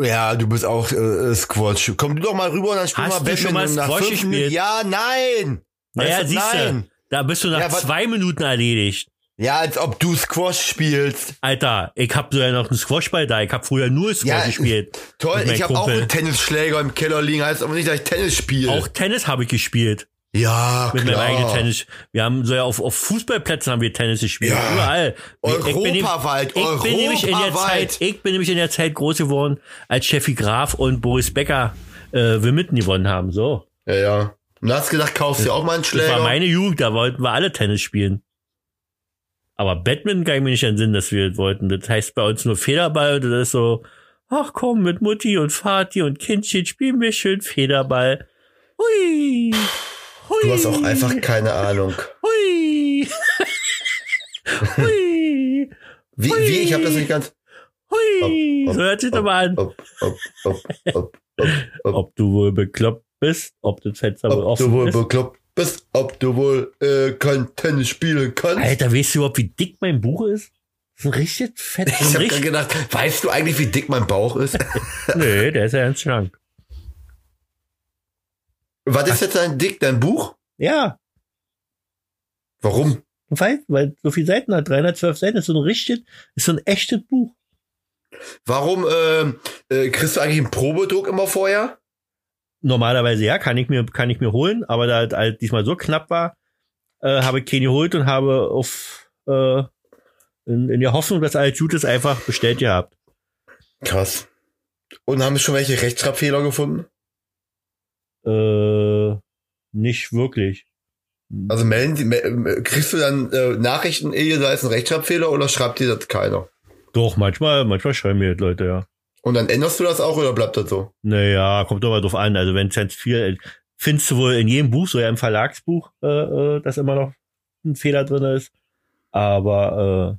Speaker 2: Ja, du bist auch äh, äh, Squash. Komm du doch mal rüber und dann spielen
Speaker 1: Hast
Speaker 2: wir
Speaker 1: du schon
Speaker 2: Badminton.
Speaker 1: mal
Speaker 2: Und nach
Speaker 1: Squash
Speaker 2: fünf Minuten-
Speaker 1: gespielt?
Speaker 2: Ja, nein.
Speaker 1: Naja,
Speaker 2: Weißt du,
Speaker 1: siehst du,
Speaker 2: nein.
Speaker 1: da bist du nach
Speaker 2: Ja, was-
Speaker 1: zwei Minuten erledigt.
Speaker 2: Ja, als ob du Squash spielst.
Speaker 1: Alter, ich hab sogar noch einen Squashball da. Ich hab früher nur Squash
Speaker 2: Ja,
Speaker 1: gespielt.
Speaker 2: [laughs] Toll,
Speaker 1: Mit meinem
Speaker 2: ich habe auch
Speaker 1: Kumpel.
Speaker 2: einen Tennisschläger im Keller liegen, heißt aber nicht, dass ich Tennis spiele.
Speaker 1: Auch Tennis habe ich gespielt.
Speaker 2: ja,
Speaker 1: Mit
Speaker 2: klar.
Speaker 1: meinem eigenen Tennis. Wir haben so ja auf, auf Fußballplätzen haben wir Tennis gespielt.
Speaker 2: Ja.
Speaker 1: Überall. Ich- ich bin-
Speaker 2: Europaweit,
Speaker 1: ich bin nämlich in der
Speaker 2: europaweit.
Speaker 1: Zeit, ich bin nämlich in der Zeit groß geworden, als Steffi Graf und Boris Becker äh, Wimbledon gewonnen haben. So.
Speaker 2: Ja, ja. Und hast gedacht, kaufst dir auch mal einen
Speaker 1: Das
Speaker 2: Schläger?
Speaker 1: war meine Jugend, da wollten wir alle Tennis spielen. Aber Badminton kann ich mir nicht an Sinn, dass wir das wollten. Das heißt bei uns nur Federball und das ist so, ach komm, mit Mutti und Vati und Kindchen spielen wir schön Federball. Hui! Hui!
Speaker 2: du hast auch einfach keine Ahnung. [laughs]
Speaker 1: Hui! Hui!
Speaker 2: Wie,
Speaker 1: Hui.
Speaker 2: wie? Ich habe das nicht ganz.
Speaker 1: Hui!
Speaker 2: Ob, ob,
Speaker 1: so hört sich doch
Speaker 2: ob,
Speaker 1: mal an. Ob,
Speaker 2: Ob, ob, ob, ob, ob, ob,
Speaker 1: du wohl bekloppt bist, ob das Fenster wohl
Speaker 2: ob du
Speaker 1: Also offen
Speaker 2: wohl
Speaker 1: ist.
Speaker 2: bekloppt bist, ob du wohl äh, kein Tennis spielen kannst.
Speaker 1: Alter, weißt du überhaupt, wie dick mein Buch ist? So ein richtig fett. so ein
Speaker 2: ich habe
Speaker 1: richtig
Speaker 2: gedacht, weißt du eigentlich, wie dick mein Bauch ist?
Speaker 1: Nö, der ist ja ganz schlank.
Speaker 2: Was ist jetzt dein Dick, dein Buch?
Speaker 1: Ja,
Speaker 2: Warum?
Speaker 1: weil, weil so viele Seiten hat, 312 Seiten, ist so ein richtig, ist so ein echtes Buch.
Speaker 2: Warum ähm, äh, kriegst du eigentlich einen Probedruck immer vorher?
Speaker 1: Normalerweise ja, kann ich mir, kann ich mir holen, aber da es halt diesmal so knapp war, äh, habe ich keinen geholt und habe auf äh, in, in der Hoffnung, dass alles gut ist, einfach bestellt gehabt.
Speaker 2: Krass. Und haben schon welche Rechtschreibfehler gefunden?
Speaker 1: Äh, nicht wirklich.
Speaker 2: Also melden die, me- äh, kriegst du dann äh, Nachrichten, eh, da ist ein Rechtschreibfehler oder schreibt dir das keiner?
Speaker 1: Doch, manchmal, manchmal schreiben mir das Leute, ja.
Speaker 2: Und dann änderst du das auch oder bleibt das so?
Speaker 1: Naja, kommt doch mal drauf an. Also wenn es jetzt viel, findest du wohl in jedem Buch, so ja im Verlagsbuch, äh, äh, dass immer noch ein Fehler drin ist. Aber äh,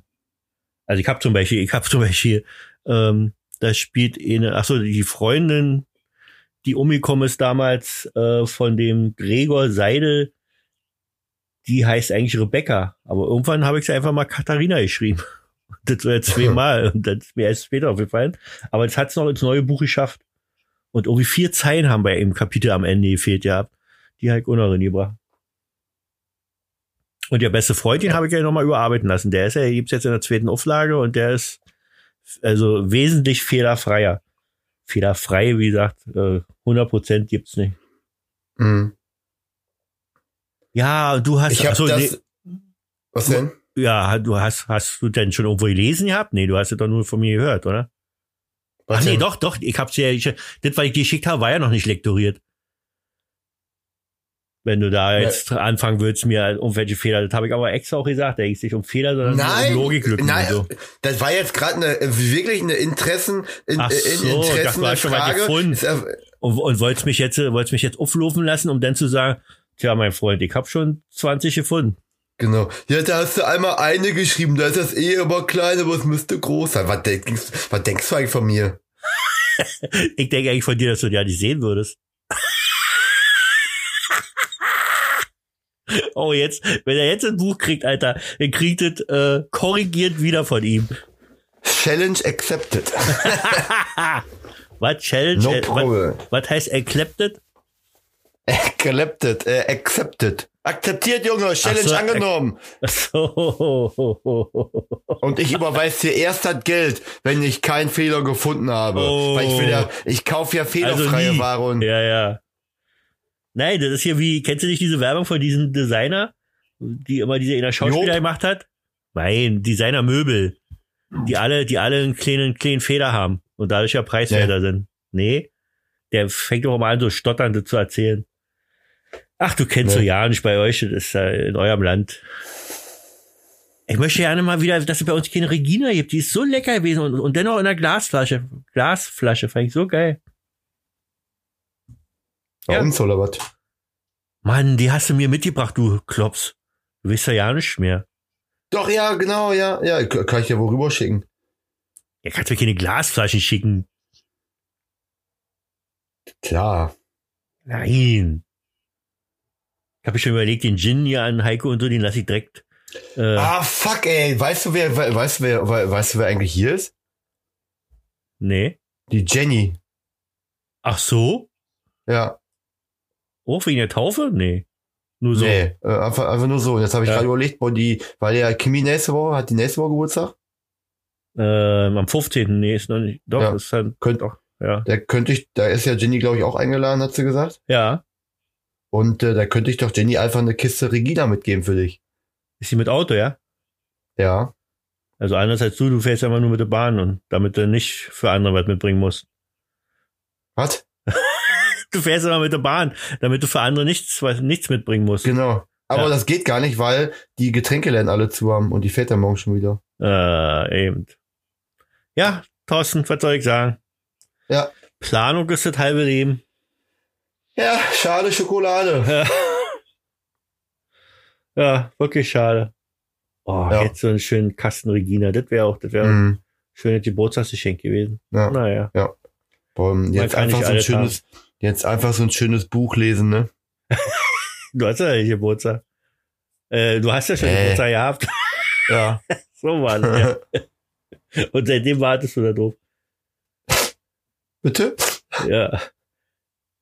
Speaker 1: also ich habe zum Beispiel, ich habe zum Beispiel, ähm, das spielt eine, ach so, die Freundin, die umgekommen ist damals äh, von dem Gregor Seidel, die heißt eigentlich Rebecca. Aber irgendwann habe ich sie einfach mal Katharina geschrieben. [laughs] Das war jetzt zweimal und das ist mir erst später aufgefallen. Aber das hat es noch ins neue Buch geschafft. Und irgendwie vier Zeilen haben bei im Kapitel am Ende gefehlt gehabt. Die habe ich auch noch reingebracht. Und der beste Freund, den habe ich ja nochmal überarbeiten lassen. Der ist ja, gibt's jetzt in der zweiten Auflage und der ist f- also wesentlich fehlerfreier. Fehlerfrei, wie gesagt, äh, 100% gibt's nicht.
Speaker 2: Mhm.
Speaker 1: Ja, du hast,
Speaker 2: Ich habe
Speaker 1: achso,
Speaker 2: das.
Speaker 1: nee,
Speaker 2: Was denn?
Speaker 1: ja, du hast, hast du denn schon irgendwo gelesen gehabt? Nee, du hast es doch nur von mir gehört, oder?
Speaker 2: Was
Speaker 1: Ach Ah, nee,
Speaker 2: denn?
Speaker 1: doch, doch, ich hab's ja, ich, das, was ich dir geschickt habe, war ja noch nicht lektoriert. Wenn du da
Speaker 2: Nee.
Speaker 1: jetzt anfangen willst, mir irgendwelche Fehler, das habe ich aber extra auch gesagt, da ging es nicht um Fehler, sondern
Speaker 2: Nein,
Speaker 1: um Logiklücken
Speaker 2: nein,
Speaker 1: und so.
Speaker 2: das war jetzt gerade eine äh, wirklich eine Interessen in,
Speaker 1: Ach
Speaker 2: äh,
Speaker 1: so,
Speaker 2: in
Speaker 1: ich dachte,
Speaker 2: Interessen
Speaker 1: du hast schon was gefunden.
Speaker 2: Ist, äh,
Speaker 1: Und, und wolltest mich jetzt, äh, wolltest mich jetzt auflaufen lassen, um dann zu sagen, tja, mein Freund, ich hab schon 20 gefunden.
Speaker 2: Genau. Ja, da hast du einmal eine geschrieben, da ist das eh immer klein, aber es müsste groß sein. Was denkst, was denkst du eigentlich von mir?
Speaker 1: Ich denke eigentlich von dir, dass du die ja nicht sehen würdest. Oh, jetzt, wenn er jetzt ein Buch kriegt, Alter, dann kriegt es äh, korrigiert wieder von ihm.
Speaker 2: Challenge accepted. [laughs]
Speaker 1: Was Challenge?
Speaker 2: No
Speaker 1: äh,
Speaker 2: problem.
Speaker 1: was, was heißt [laughs] accepted?
Speaker 2: accepted, äh, accepted. Akzeptiert, Junge, Challenge
Speaker 1: Ach so,
Speaker 2: angenommen.
Speaker 1: So.
Speaker 2: Und ich überweise dir erst das Geld, wenn ich keinen Fehler gefunden habe.
Speaker 1: Oh. Also
Speaker 2: Weil ich will ja, ich kaufe ja fehlerfreie
Speaker 1: nie.
Speaker 2: Ware und
Speaker 1: Ja, ja. Nein, das ist hier wie, kennst du nicht diese Werbung von diesem Designer, die immer diese in der Schauspieler
Speaker 2: Job.
Speaker 1: gemacht hat? Nein, Designer Möbel. Die alle, die alle einen kleinen, kleinen Fehler haben und dadurch ja preiswerter sind. Nee, der fängt doch mal an, so stotternde zu erzählen. Ach, du kennst so ja nicht bei euch, das ist ja in eurem Land. Ich möchte gerne mal wieder, dass es bei uns keine Regina gibt. Die ist so lecker gewesen und, und dennoch in der Glasflasche. Glasflasche fand ich so geil.
Speaker 2: Bei
Speaker 1: Ja.
Speaker 2: uns oder was?
Speaker 1: Mann, die hast du mir mitgebracht, du Klops. Du weißt ja ja nicht mehr.
Speaker 2: Doch, ja, genau, ja, ja, k- kann ich dir wohl rüberschicken.
Speaker 1: Ja, kannst mir keine Glasflaschen schicken.
Speaker 2: Klar.
Speaker 1: Nein. Ich habe schon überlegt, den Gin hier an Heiko und so, den lasse ich direkt. Äh,
Speaker 2: Ah, fuck, ey, weißt du, wer, we- weißt du, wer, we- weißt du, wer eigentlich hier ist?
Speaker 1: Nee.
Speaker 2: Die Jenny.
Speaker 1: Ach so?
Speaker 2: Ja,
Speaker 1: Auch wegen der Taufe? Nee. Nur so.
Speaker 2: nee, äh, einfach, einfach nur so. Und Jetzt habe ich
Speaker 1: Ja.
Speaker 2: gerade überlegt, wo die, weil ja Kimi nächste Woche hat die nächste Woche Geburtstag.
Speaker 1: Ähm, am 15. Nee, ist noch nicht. Doch,
Speaker 2: Ja.
Speaker 1: ist dann.
Speaker 2: Könnt,
Speaker 1: Doch, ja.
Speaker 2: Da könnte ich, da ist ja Jenny, glaube ich, auch eingeladen, hat sie gesagt.
Speaker 1: Ja.
Speaker 2: Und äh, da könnte ich doch Jenny einfach eine Kiste Regina mitgeben für dich.
Speaker 1: Ist sie mit Auto, ja?
Speaker 2: Ja.
Speaker 1: Also anders als du, du fährst einfach nur mit der Bahn und damit du nicht für andere was mitbringen musst.
Speaker 2: Was?
Speaker 1: Du fährst immer mit der Bahn, damit du für andere nichts, was, nichts mitbringen musst.
Speaker 2: Genau. Aber
Speaker 1: Ja.
Speaker 2: das geht gar nicht, weil die Getränkeläden alle zu haben und die fährt dann morgen schon wieder.
Speaker 1: Äh, eben. Ja, Thorsten, was soll ich sagen?
Speaker 2: Ja.
Speaker 1: Planung ist das halbe Leben. [laughs]
Speaker 2: Ja, schade Schokolade.
Speaker 1: Ja. ja, wirklich schade. Oh,
Speaker 2: Ja.
Speaker 1: jetzt so einen schönen Kasten Regina. Das wäre auch, das wäre ein
Speaker 2: Mhm.
Speaker 1: schönes Geburtstagsgeschenk gewesen.
Speaker 2: Ja.
Speaker 1: Naja.
Speaker 2: Boah, jetzt
Speaker 1: kann
Speaker 2: einfach
Speaker 1: nicht
Speaker 2: so ein
Speaker 1: alles
Speaker 2: schönes, jetzt einfach so ein schönes Buch lesen, ne?
Speaker 1: Du hast ja nicht Geburtstag. Äh, du hast ja schon
Speaker 2: Äh.
Speaker 1: Geburtstag gehabt.
Speaker 2: Ja.
Speaker 1: [laughs] so war das,
Speaker 2: [laughs]
Speaker 1: ja. Und seitdem wartest du da drauf.
Speaker 2: Bitte?
Speaker 1: Ja.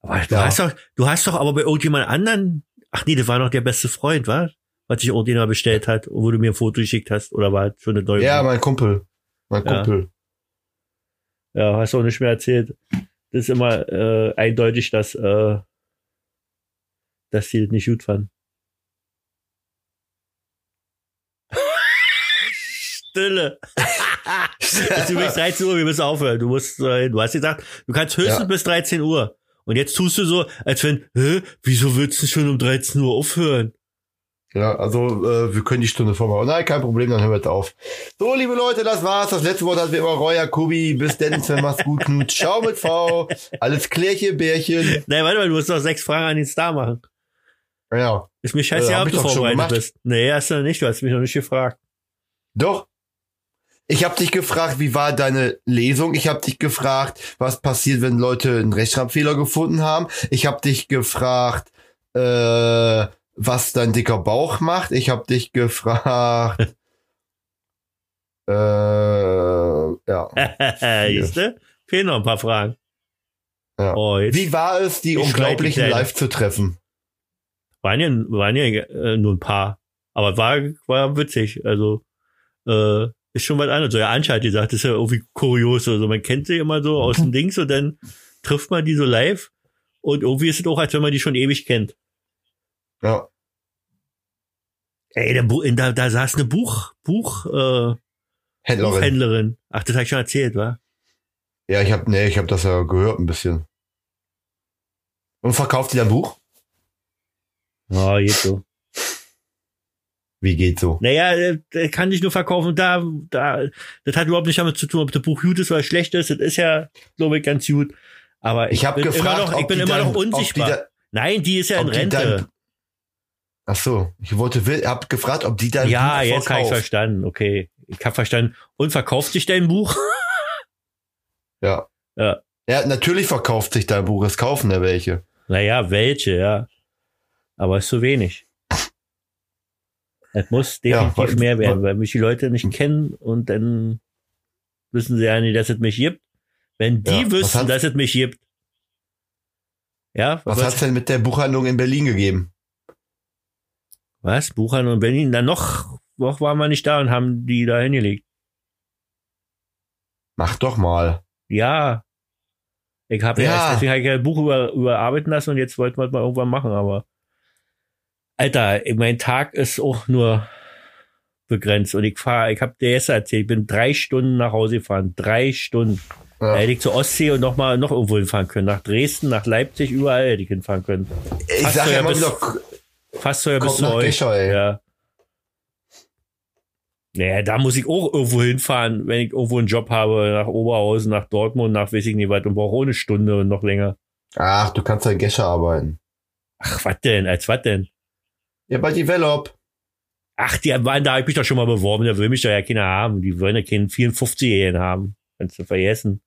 Speaker 1: Aber du,
Speaker 2: Ja.
Speaker 1: Hast doch, du hast doch aber bei irgendjemand anderen. Ach nee, das war noch der beste Freund, war? Was sich irgendjemand bestellt hat, wo du mir ein Foto geschickt hast, oder war das schon eine neue?
Speaker 2: Ja, mein Kumpel. Mein
Speaker 1: Ja.
Speaker 2: Kumpel.
Speaker 1: Ja, hast du auch nicht mehr erzählt. Das ist immer äh, eindeutig, dass, äh, dass sie das nicht gut fanden. [laughs] Stille. Es [laughs] ist übrigens 13 Uhr, wir müssen aufhören. Du musst, äh, du hast gesagt, du kannst höchstens
Speaker 2: Ja.
Speaker 1: bis 13 Uhr. Und jetzt tust du so, als wenn, hä, wieso willst du schon um 13 Uhr aufhören?
Speaker 2: Ja, also äh, wir können die Stunde vormachen. Nein, kein Problem, dann hören wir jetzt auf. So, liebe Leute, das war's. Das letzte Wort hat wie immer Reuer Kubi. Bis denn, Sven,
Speaker 1: [laughs]
Speaker 2: macht's gut, Knut. Ciao mit V. Alles Klärchen, Bärchen.
Speaker 1: Nein, warte mal, du musst noch sechs Fragen an den Star machen.
Speaker 2: Ja,
Speaker 1: Ist mir scheiße,
Speaker 2: Äh, hab
Speaker 1: ob
Speaker 2: ich
Speaker 1: du
Speaker 2: doch schon
Speaker 1: vorbereitet
Speaker 2: gemacht.
Speaker 1: bist. Nee, hast du nicht, du hast mich noch nicht gefragt. [laughs]
Speaker 2: doch. Ich habe dich gefragt, wie war deine Lesung? Ich habe dich gefragt, was passiert, wenn Leute einen Rechtschreibfehler gefunden haben. Ich habe dich gefragt, äh, was dein dicker Bauch macht. Ich habe
Speaker 1: [laughs]
Speaker 2: dich gefragt. äh, ja.
Speaker 1: Siehst du? Fehlen noch ein paar Fragen.
Speaker 2: Ja.
Speaker 1: Oh, jetzt
Speaker 2: Wie war es, die
Speaker 1: Ich schneide die
Speaker 2: Unglaublichen
Speaker 1: Kleine.
Speaker 2: live zu treffen?
Speaker 1: waren ja, waren ja äh, nur ein paar. Aber war, war witzig. Also, äh, ist schon was anderes. So, ja, Anschalt gesagt, ist ja irgendwie kurios. Also, man kennt sie immer so aus dem Dings und dann trifft man die so live. Und irgendwie ist es auch, als wenn man die schon ewig kennt.
Speaker 2: Ja.
Speaker 1: Ey, der Bu in, da, da saß eine Buch, Buch, äh,
Speaker 2: Händlerin.
Speaker 1: Buchhändlerin. Ach, das hab ich schon erzählt, wa?
Speaker 2: Ja, ich habe nee, ich habe das ja gehört ein bisschen. Und verkauft die dein Buch?
Speaker 1: Ah, geht so.
Speaker 2: Wie geht so?
Speaker 1: Naja, äh, der kann dich nur verkaufen, da, da, das hat überhaupt nicht damit zu tun, ob das Buch gut ist oder schlecht ist. Das ist ja, glaube ich, ganz gut. Aber ich,
Speaker 2: Ich habe
Speaker 1: bin
Speaker 2: gefragt,
Speaker 1: immer noch, ich
Speaker 2: ob
Speaker 1: bin
Speaker 2: die
Speaker 1: immer
Speaker 2: dein,
Speaker 1: noch unsichtbar.
Speaker 2: Ob die dein-
Speaker 1: Nein, die ist ja in
Speaker 2: ob die dein,
Speaker 1: Rente.
Speaker 2: Ach so, ich wollte will- hab gefragt, ob die dein
Speaker 1: Ja,
Speaker 2: Buch
Speaker 1: jetzt habe ich
Speaker 2: verkauft.
Speaker 1: verstanden. Okay, ich habe verstanden. Und verkauft sich dein Buch?
Speaker 2: Ja.
Speaker 1: Ja.
Speaker 2: Ja, natürlich verkauft sich dein Buch, es kaufen ja welche.
Speaker 1: Naja, welche, ja. Aber ist zu wenig. Es muss definitiv
Speaker 2: weil- Hm.
Speaker 1: mehr werden, weil mich die Leute nicht kennen und dann wissen sie ja nicht, dass es mich gibt. Wenn die
Speaker 2: Ja, was
Speaker 1: wüssten,
Speaker 2: hat's-
Speaker 1: dass es mich gibt. Ja,
Speaker 2: Was,
Speaker 1: was,
Speaker 2: hat's denn mit der Buchhandlung in Berlin gegeben?
Speaker 1: was? Buchern und Berlin, dann noch, noch waren wir nicht da und haben die da hingelegt.
Speaker 2: Mach doch mal.
Speaker 1: Ja. Ich habe ja,
Speaker 2: Ja.
Speaker 1: erst, deswegen hab ich ja ein Buch über, überarbeiten lassen und jetzt wollten wir es mal irgendwann machen, aber Alter, ey, mein Tag ist auch nur begrenzt und ich fahre, ich habe dir gestern erzählt, ich bin drei Stunden nach Hause gefahren. Drei Stunden. Da hätte ich zur Ostsee und noch mal noch irgendwo hinfahren können. Nach Dresden, nach Leipzig, überall hätte ich hinfahren können.
Speaker 2: Ich
Speaker 1: Hast
Speaker 2: sag
Speaker 1: du
Speaker 2: ja
Speaker 1: ja
Speaker 2: immer
Speaker 1: bis-
Speaker 2: wieder,
Speaker 1: Fast so ja bis
Speaker 2: Kommt
Speaker 1: zu
Speaker 2: nach
Speaker 1: euch.
Speaker 2: Dessau, ey.
Speaker 1: Ja. Naja, da muss ich auch irgendwo hinfahren, wenn ich irgendwo einen Job habe, nach Oberhausen, nach Dortmund, nach weiß ich nicht was und brauche auch eine Stunde und noch länger.
Speaker 2: ach, du kannst ja in Gescher arbeiten.
Speaker 1: Ach, was denn? Als was denn?
Speaker 2: Ja, bei Develop.
Speaker 1: Ach, die waren da, hab ich mich doch schon mal beworben, da will mich doch ja keiner haben. Die wollen ja keinen 54-Jährigen haben. Kannst du vergessen.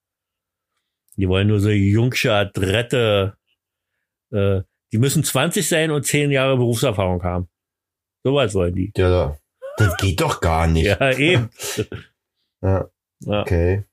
Speaker 1: Die wollen nur so jungsche Adrette. Äh, die müssen 20 sein und 10 Jahre Berufserfahrung haben. Sowas wollen die.
Speaker 2: Ja, da- das geht doch gar nicht.
Speaker 1: Ja, eben.
Speaker 2: Ja.
Speaker 1: Ja.
Speaker 2: Okay.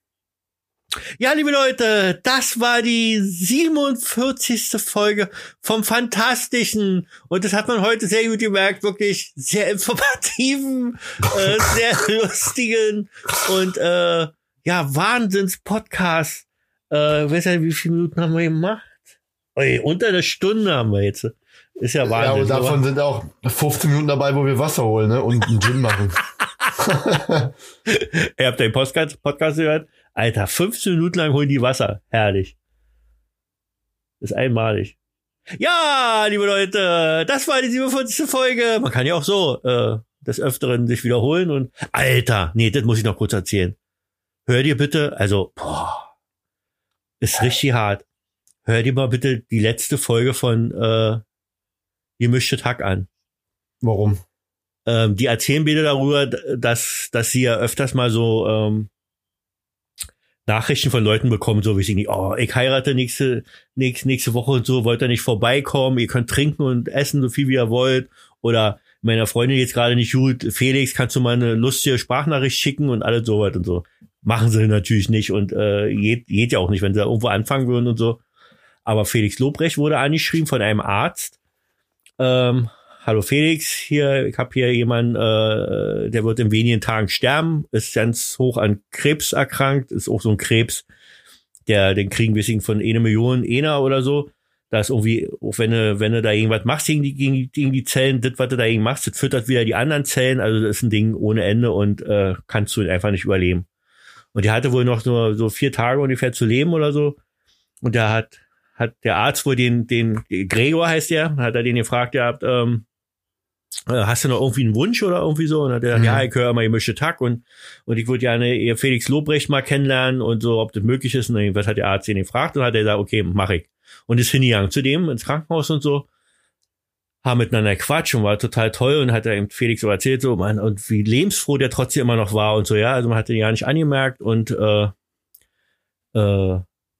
Speaker 1: Ja, liebe Leute, das war die 47. Folge vom Fantastischen. Und das hat man heute sehr gut gemerkt. Wirklich sehr informativen, äh, sehr lustigen und äh, ja, Wahnsinns-Podcast. Äh, weiß ja, wie viele Minuten haben wir gemacht? Ui, unter einer Stunde haben wir jetzt. Ist ja
Speaker 2: Ja,
Speaker 1: Wahnsinn.
Speaker 2: und davon sind auch 15 Minuten dabei, wo wir Wasser holen ne? und einen
Speaker 1: [laughs]
Speaker 2: Gin machen. [laughs]
Speaker 1: aber- [laughs] Ihr habt den Podcast, Podcast gehört. Alter, 15 Minuten lang holen die Wasser. Herrlich. Ist einmalig. Ja, liebe Leute, das war die 47. Folge. Man kann ja auch so äh, des Öfteren sich wiederholen und Alter, nee, das muss ich noch kurz erzählen. Hör dir bitte, also, boah, ist richtig hart. Hör dir mal bitte die letzte Folge von äh, Gemischtes Hack an.
Speaker 2: Warum?
Speaker 1: Ähm, die erzählen wieder darüber, d- dass, dass sie ja öfters mal so ähm, Nachrichten von Leuten bekommen, so wie sie nicht, oh, ich heirate nächste, nächste, nächste Woche und so, wollt ihr nicht vorbeikommen, ihr könnt trinken und essen, so viel wie ihr wollt. Oder meiner Freundin geht's gerade nicht gut, Felix, kannst du mal eine lustige Sprachnachricht schicken und alles sowas und so. Machen sie natürlich nicht und äh, geht, geht ja auch nicht, wenn sie da irgendwo anfangen würden und so. Aber Felix Lobrecht wurde angeschrieben von einem Arzt, ähm, hallo Felix, hier, ich habe hier jemanden, äh, der wird in wenigen Tagen sterben, ist ganz hoch an Krebs erkrankt, ist auch so ein Krebs, der, den kriegen wir von eine Million Ena oder so. Da ist irgendwie, auch wenn du, wenn du da irgendwas machst gegen die, gegen, die- gegen die Zellen, das, was du da gegen machst, das füttert wieder die anderen Zellen, also das ist ein Ding ohne Ende und äh, kannst du einfach nicht überleben. Und der hatte wohl noch nur so vier Tage ungefähr zu leben oder so. Und da hat, hat der Arzt wohl den, den, Gregor heißt der, hat er den gefragt gehabt, ähm, äh, hast du noch irgendwie einen Wunsch oder irgendwie so? Und dann hat er gesagt,
Speaker 2: Mhm.
Speaker 1: ja, ich höre immer, ihr möchtet Tack und, und ich würde gerne ihr Felix Lobrecht mal kennenlernen und so, ob das möglich ist. Und dann was hat der Arzt ihn gefragt und hat er gesagt, okay, mach ich. Und ist hingegangen zu dem ins Krankenhaus und so haben miteinander Quatsch und war total toll und hat er eben Felix so erzählt, so, man, und wie lebensfroh der trotzdem immer noch war und so, ja, also man hat den ja nicht angemerkt und äh, äh,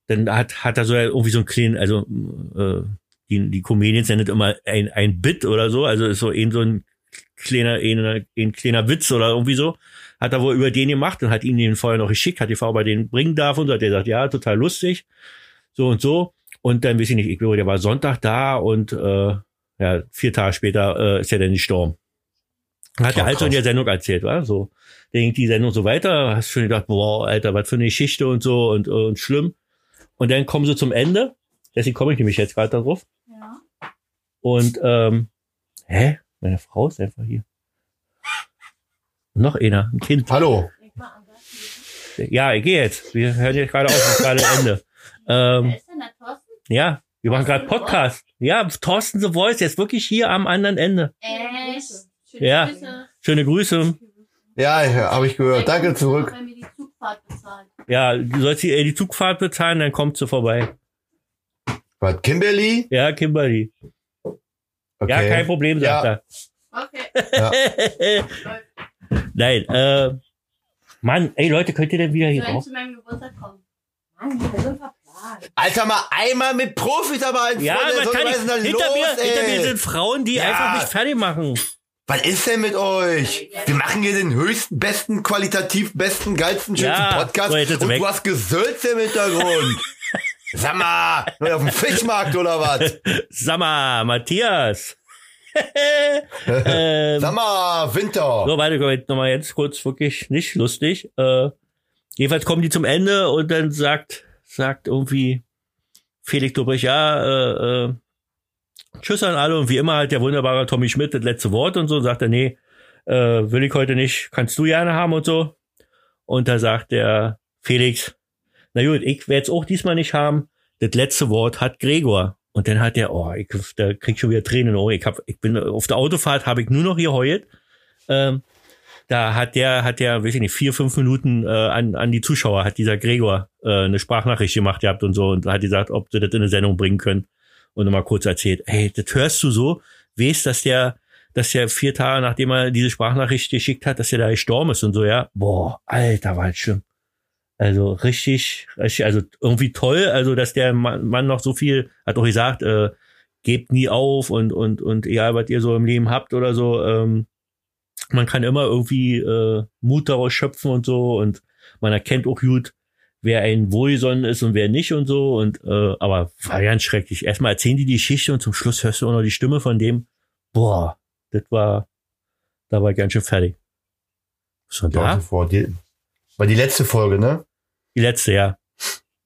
Speaker 1: dann hat, hat er so irgendwie so einen kleinen, also äh, die, die Comedians nennen das immer ein, ein Bit oder so, also ist so eben so ein kleiner, ein, ein kleiner Witz oder irgendwie so, hat er wohl über den gemacht und hat ihm den vorher noch geschickt, hat die Frau bei den bringen darf und so, hat der sagt, ja, total lustig, so und so. Und dann weiß ich nicht, ich glaube, der war Sonntag da und äh, ja, vier Tage später äh, ist ja dann gestorben. Hat der
Speaker 2: Oh,
Speaker 1: Alte in
Speaker 2: krass.
Speaker 1: der Sendung erzählt, war so. Dann ging die Sendung so weiter, hast schon gedacht, boah, Alter, was für eine Geschichte und so und, und schlimm. Und dann kommen sie zum Ende, deswegen komme ich nämlich jetzt gerade darauf.
Speaker 4: Ja.
Speaker 1: Und, ähm, hä? Meine Frau ist einfach hier. Noch einer, ein Kind.
Speaker 2: Hallo.
Speaker 4: Denk mal an das.
Speaker 1: Ja, ich gehe jetzt. Wir hören jetzt gerade auf, es ist gerade Ende. Ähm,
Speaker 4: Wer ist denn der Thorsten?
Speaker 1: ja, wir machen gerade Podcast. Ja, Thorsten The Voice, jetzt wirklich hier am anderen Ende.
Speaker 4: Echt? Äh, Schöne
Speaker 1: Ja.
Speaker 4: Grüße.
Speaker 1: Schöne Grüße.
Speaker 2: Ja, ja, habe ich gehört. Danke zurück.
Speaker 4: Wenn wir die Zugfahrt bezahlen.
Speaker 1: Ja, du sollst die, äh, die Zugfahrt bezahlen, dann kommt sie vorbei.
Speaker 2: Was, Kimberly?
Speaker 1: Ja, Kimberly. Ja, kein Problem, sagt
Speaker 2: Ja.
Speaker 1: er.
Speaker 4: Okay.
Speaker 1: [laughs] Nein, äh, Mann, ey Leute, könnt ihr denn wieder hier
Speaker 4: Soll ich
Speaker 1: drauf?
Speaker 4: zu meinem Geburtstag kommen? Mann, wir sind verplant.
Speaker 2: Alter, mal einmal mit Profis dabei.
Speaker 1: Ja,
Speaker 2: Freunde,
Speaker 1: man
Speaker 2: so,
Speaker 1: kann
Speaker 2: was ist
Speaker 1: nicht.
Speaker 2: denn
Speaker 1: Hinter,
Speaker 2: los,
Speaker 1: mir,
Speaker 2: ey?
Speaker 1: hinter mir sind Frauen, die
Speaker 2: Ja.
Speaker 1: einfach mich fertig machen.
Speaker 2: Was ist denn mit euch? Wir machen hier den höchsten, besten, qualitativ besten, geilsten, schönsten
Speaker 1: Ja,
Speaker 2: Podcast.
Speaker 1: so, jetzt ist
Speaker 2: und
Speaker 1: weg.
Speaker 2: du hast Gesölze
Speaker 1: [laughs]
Speaker 2: im Hintergrund. Sag mal, sind wir auf dem Fischmarkt oder was?
Speaker 1: Sag mal,
Speaker 2: [laughs]
Speaker 1: Matthias. [laughs] ähm,
Speaker 2: Sag mal, Winter.
Speaker 1: So, warte, komm, jetzt nochmal jetzt kurz wirklich nicht lustig. Äh, jedenfalls kommen die zum Ende und dann sagt, sagt irgendwie Felix Dobrich, ja, äh, äh, Tschüss an alle und wie immer halt der wunderbare Tommy Schmidt das letzte Wort und so und sagt er, nee, äh, will ich heute nicht, kannst du gerne haben und so. Und da sagt der Felix, na gut, ich werde es auch diesmal nicht haben. Das letzte Wort hat Gregor. Und dann hat er, oh, ich, da krieg ich schon wieder Tränen. Oh, ich, hab, ich bin auf der Autofahrt, habe ich nur noch geheult. Ähm, da hat der, hat der, weiß ich nicht, vier, fünf Minuten äh, an, an die Zuschauer, hat dieser Gregor äh, eine Sprachnachricht gemacht gehabt und so und hat gesagt, ob sie das in eine Sendung bringen können. Und mal kurz erzählt, hey, das hörst du so, weißt, dass der, dass der vier Tage, nachdem er diese Sprachnachricht geschickt hat, dass der da gestorben ist und so, ja. Boah, alter, war das schlimm. Also richtig, richtig, also irgendwie toll, also dass der Ma- Mann noch so viel, hat auch gesagt, äh, gebt nie auf und, und, und egal, was ihr so im Leben habt oder so, ähm, man kann immer irgendwie äh, Mut daraus schöpfen und so und man erkennt auch gut, wer ein Wohlsonnen ist und wer nicht und so und äh, aber war ganz schrecklich. Erstmal erzählen die die Geschichte und zum Schluss hörst du auch noch die Stimme von dem, boah, das war, da war ich ganz schön fertig. So,
Speaker 2: Ja,
Speaker 1: da?
Speaker 2: sofort. Die, war die letzte Folge, ne?
Speaker 1: Die letzte, ja.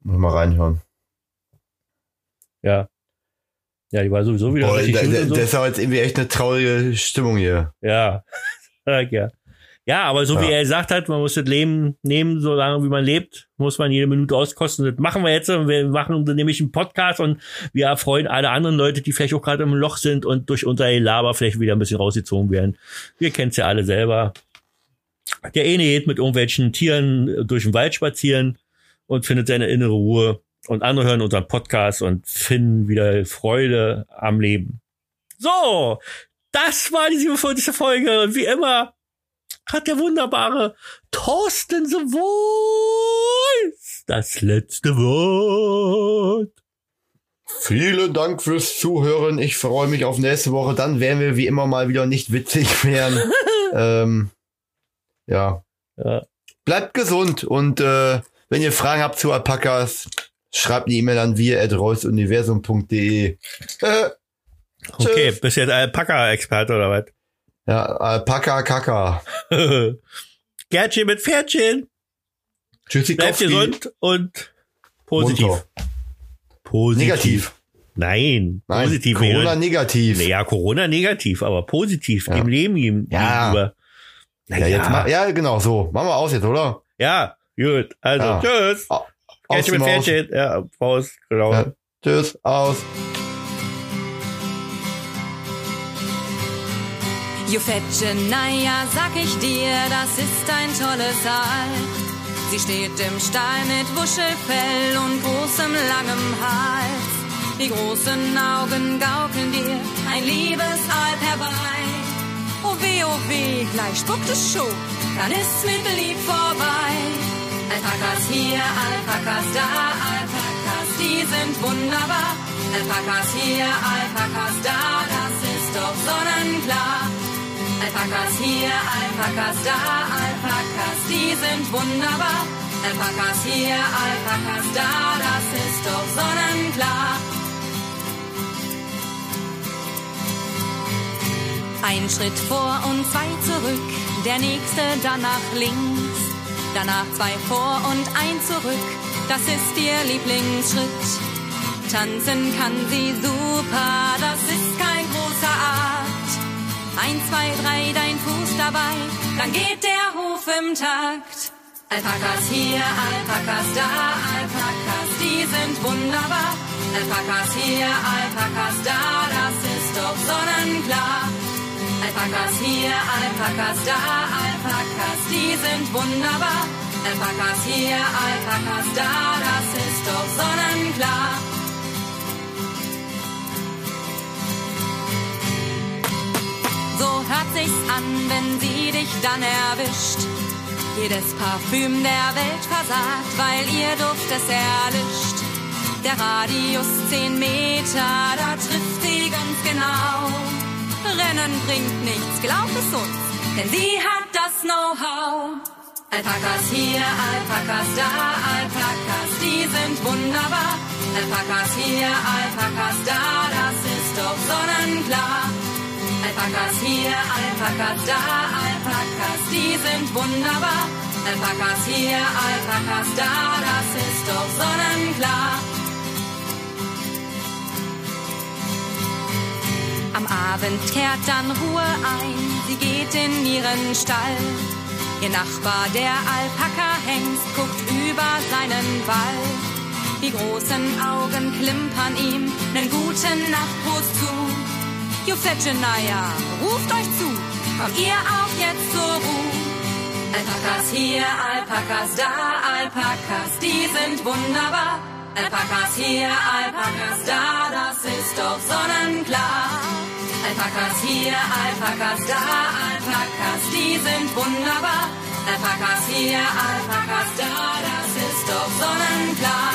Speaker 2: Muss mal reinhören.
Speaker 1: Ja. Ja, die war sowieso wieder
Speaker 2: Boah,
Speaker 1: richtig
Speaker 2: da,
Speaker 1: gut
Speaker 2: da,
Speaker 1: und so.
Speaker 2: das ist aber jetzt irgendwie echt eine traurige Stimmung hier.
Speaker 1: Ja. [laughs] Sag ja. Ja, aber so wie
Speaker 2: Ja.
Speaker 1: er gesagt hat, man muss das Leben nehmen, solange wie man lebt, muss man jede Minute auskosten. Das machen wir jetzt. und Wir machen nämlich einen Podcast und wir erfreuen alle anderen Leute, die vielleicht auch gerade im Loch sind und durch unser Laber vielleicht wieder ein bisschen rausgezogen werden. Wir kennen es ja alle selber. Der eine geht mit irgendwelchen Tieren durch den Wald spazieren und findet seine innere Ruhe. Und andere hören unseren Podcast und finden wieder Freude am Leben. So, das war die 47. Folge. Und wie immer hat der wunderbare Thorsten The Voice das letzte Wort.
Speaker 2: Vielen Dank fürs Zuhören. Ich freue mich auf nächste Woche. Dann werden wir wie immer mal wieder nicht witzig [laughs] werden. ähm, ja.
Speaker 1: Ja.
Speaker 2: Bleibt gesund und äh, wenn ihr Fragen habt zu Alpakas, schreibt eine E-Mail an wir.reusuniversum.de. Äh,
Speaker 1: Okay, bist jetzt Alpaka-Experte oder was?
Speaker 2: [laughs] ja, Alpaka Kaka.
Speaker 1: [laughs] Gärtchen mit Pferdchen.
Speaker 2: Tschüssi,
Speaker 1: Bleibt
Speaker 2: Kowski.
Speaker 1: gesund und positiv.
Speaker 2: Munter.
Speaker 1: Positiv.
Speaker 2: Negativ.
Speaker 1: Nein,
Speaker 2: Nein,
Speaker 1: positiv.
Speaker 2: Corona
Speaker 1: wäre-
Speaker 2: negativ.
Speaker 1: ja, Corona negativ, aber positiv.
Speaker 2: Ja.
Speaker 1: Dem Leben ihm
Speaker 2: Ja.
Speaker 1: gegenüber.
Speaker 2: Ja, jetzt ma- ja, genau, so. Machen wir aus jetzt, oder?
Speaker 1: ja, gut. Also,
Speaker 2: Ja.
Speaker 1: tschüss.
Speaker 2: Aus
Speaker 1: Gärtchen mit
Speaker 2: dem Haus.
Speaker 1: Pferdchen. Ja, Faust, genau.
Speaker 2: Ja. Tschüss, aus.
Speaker 5: You fetche, naja, sag ich dir, das ist ein tolles Aal. Sie steht im Stall mit Wuschelfell und großem langem Hals. Die großen Augen gaukeln dir ein liebes Alb herbei. Oh weh, oh weh, gleich spuckt es schon, dann ist's mit lieb vorbei. Alpakas hier, Alpakas da, Alpakas, die sind wunderbar. Alpakas hier, Alpakas da, das ist doch sonnenklar. Alpakas hier, Alpakas da, Alpakas, die sind wunderbar. Alpakas hier, Alpakas da, das ist doch sonnenklar. Ein Schritt vor und zwei zurück, der nächste danach links. Danach zwei vor und ein zurück, das ist ihr Lieblingsschritt. Tanzen kann sie super, das ist kein großer Art. Ein, zwei, drei, dein Fuß dabei, dann geht der Hof im Takt. Alpakas hier, Alpakas da, Alpakas, die sind wunderbar. Alpakas hier, Alpakas da, das ist doch sonnenklar. Alpakas hier, Alpakas da, Alpakas, die sind wunderbar. Alpakas hier, Alpakas da, das ist doch sonnenklar. So hört sich's an, wenn sie dich dann erwischt. Jedes Parfüm der Welt versagt, weil ihr Duft es erlischt. Der Radius 10 Meter, da trifft sie ganz genau. Rennen bringt nichts, glaub es uns, denn sie hat das Know-how. Alpakas hier, Alpakas da, Alpakas, die sind wunderbar. Alpakas hier, Alpakas da, das ist doch sonnenklar. Alpakas hier, Alpakas da, Alpakas, die sind wunderbar. Alpakas hier, Alpakas da, das ist doch sonnenklar. Am Abend kehrt dann Ruhe ein, sie geht in ihren Stall. Ihr Nachbar, der Alpaka-Hengst, guckt über seinen Wald. Die großen Augen klimpern ihm nen guten Nachtgruß zu. Jufetchenaya, ruft euch zu, kommt ihr auch jetzt zur Ruhe. Alpakas hier, Alpakas da, Alpakas, die sind wunderbar. Alpakas hier, Alpakas da, das ist doch sonnenklar. Alpakas hier, Alpakas da, Alpakas, die sind wunderbar. Alpakas hier, Alpakas da, das ist doch sonnenklar.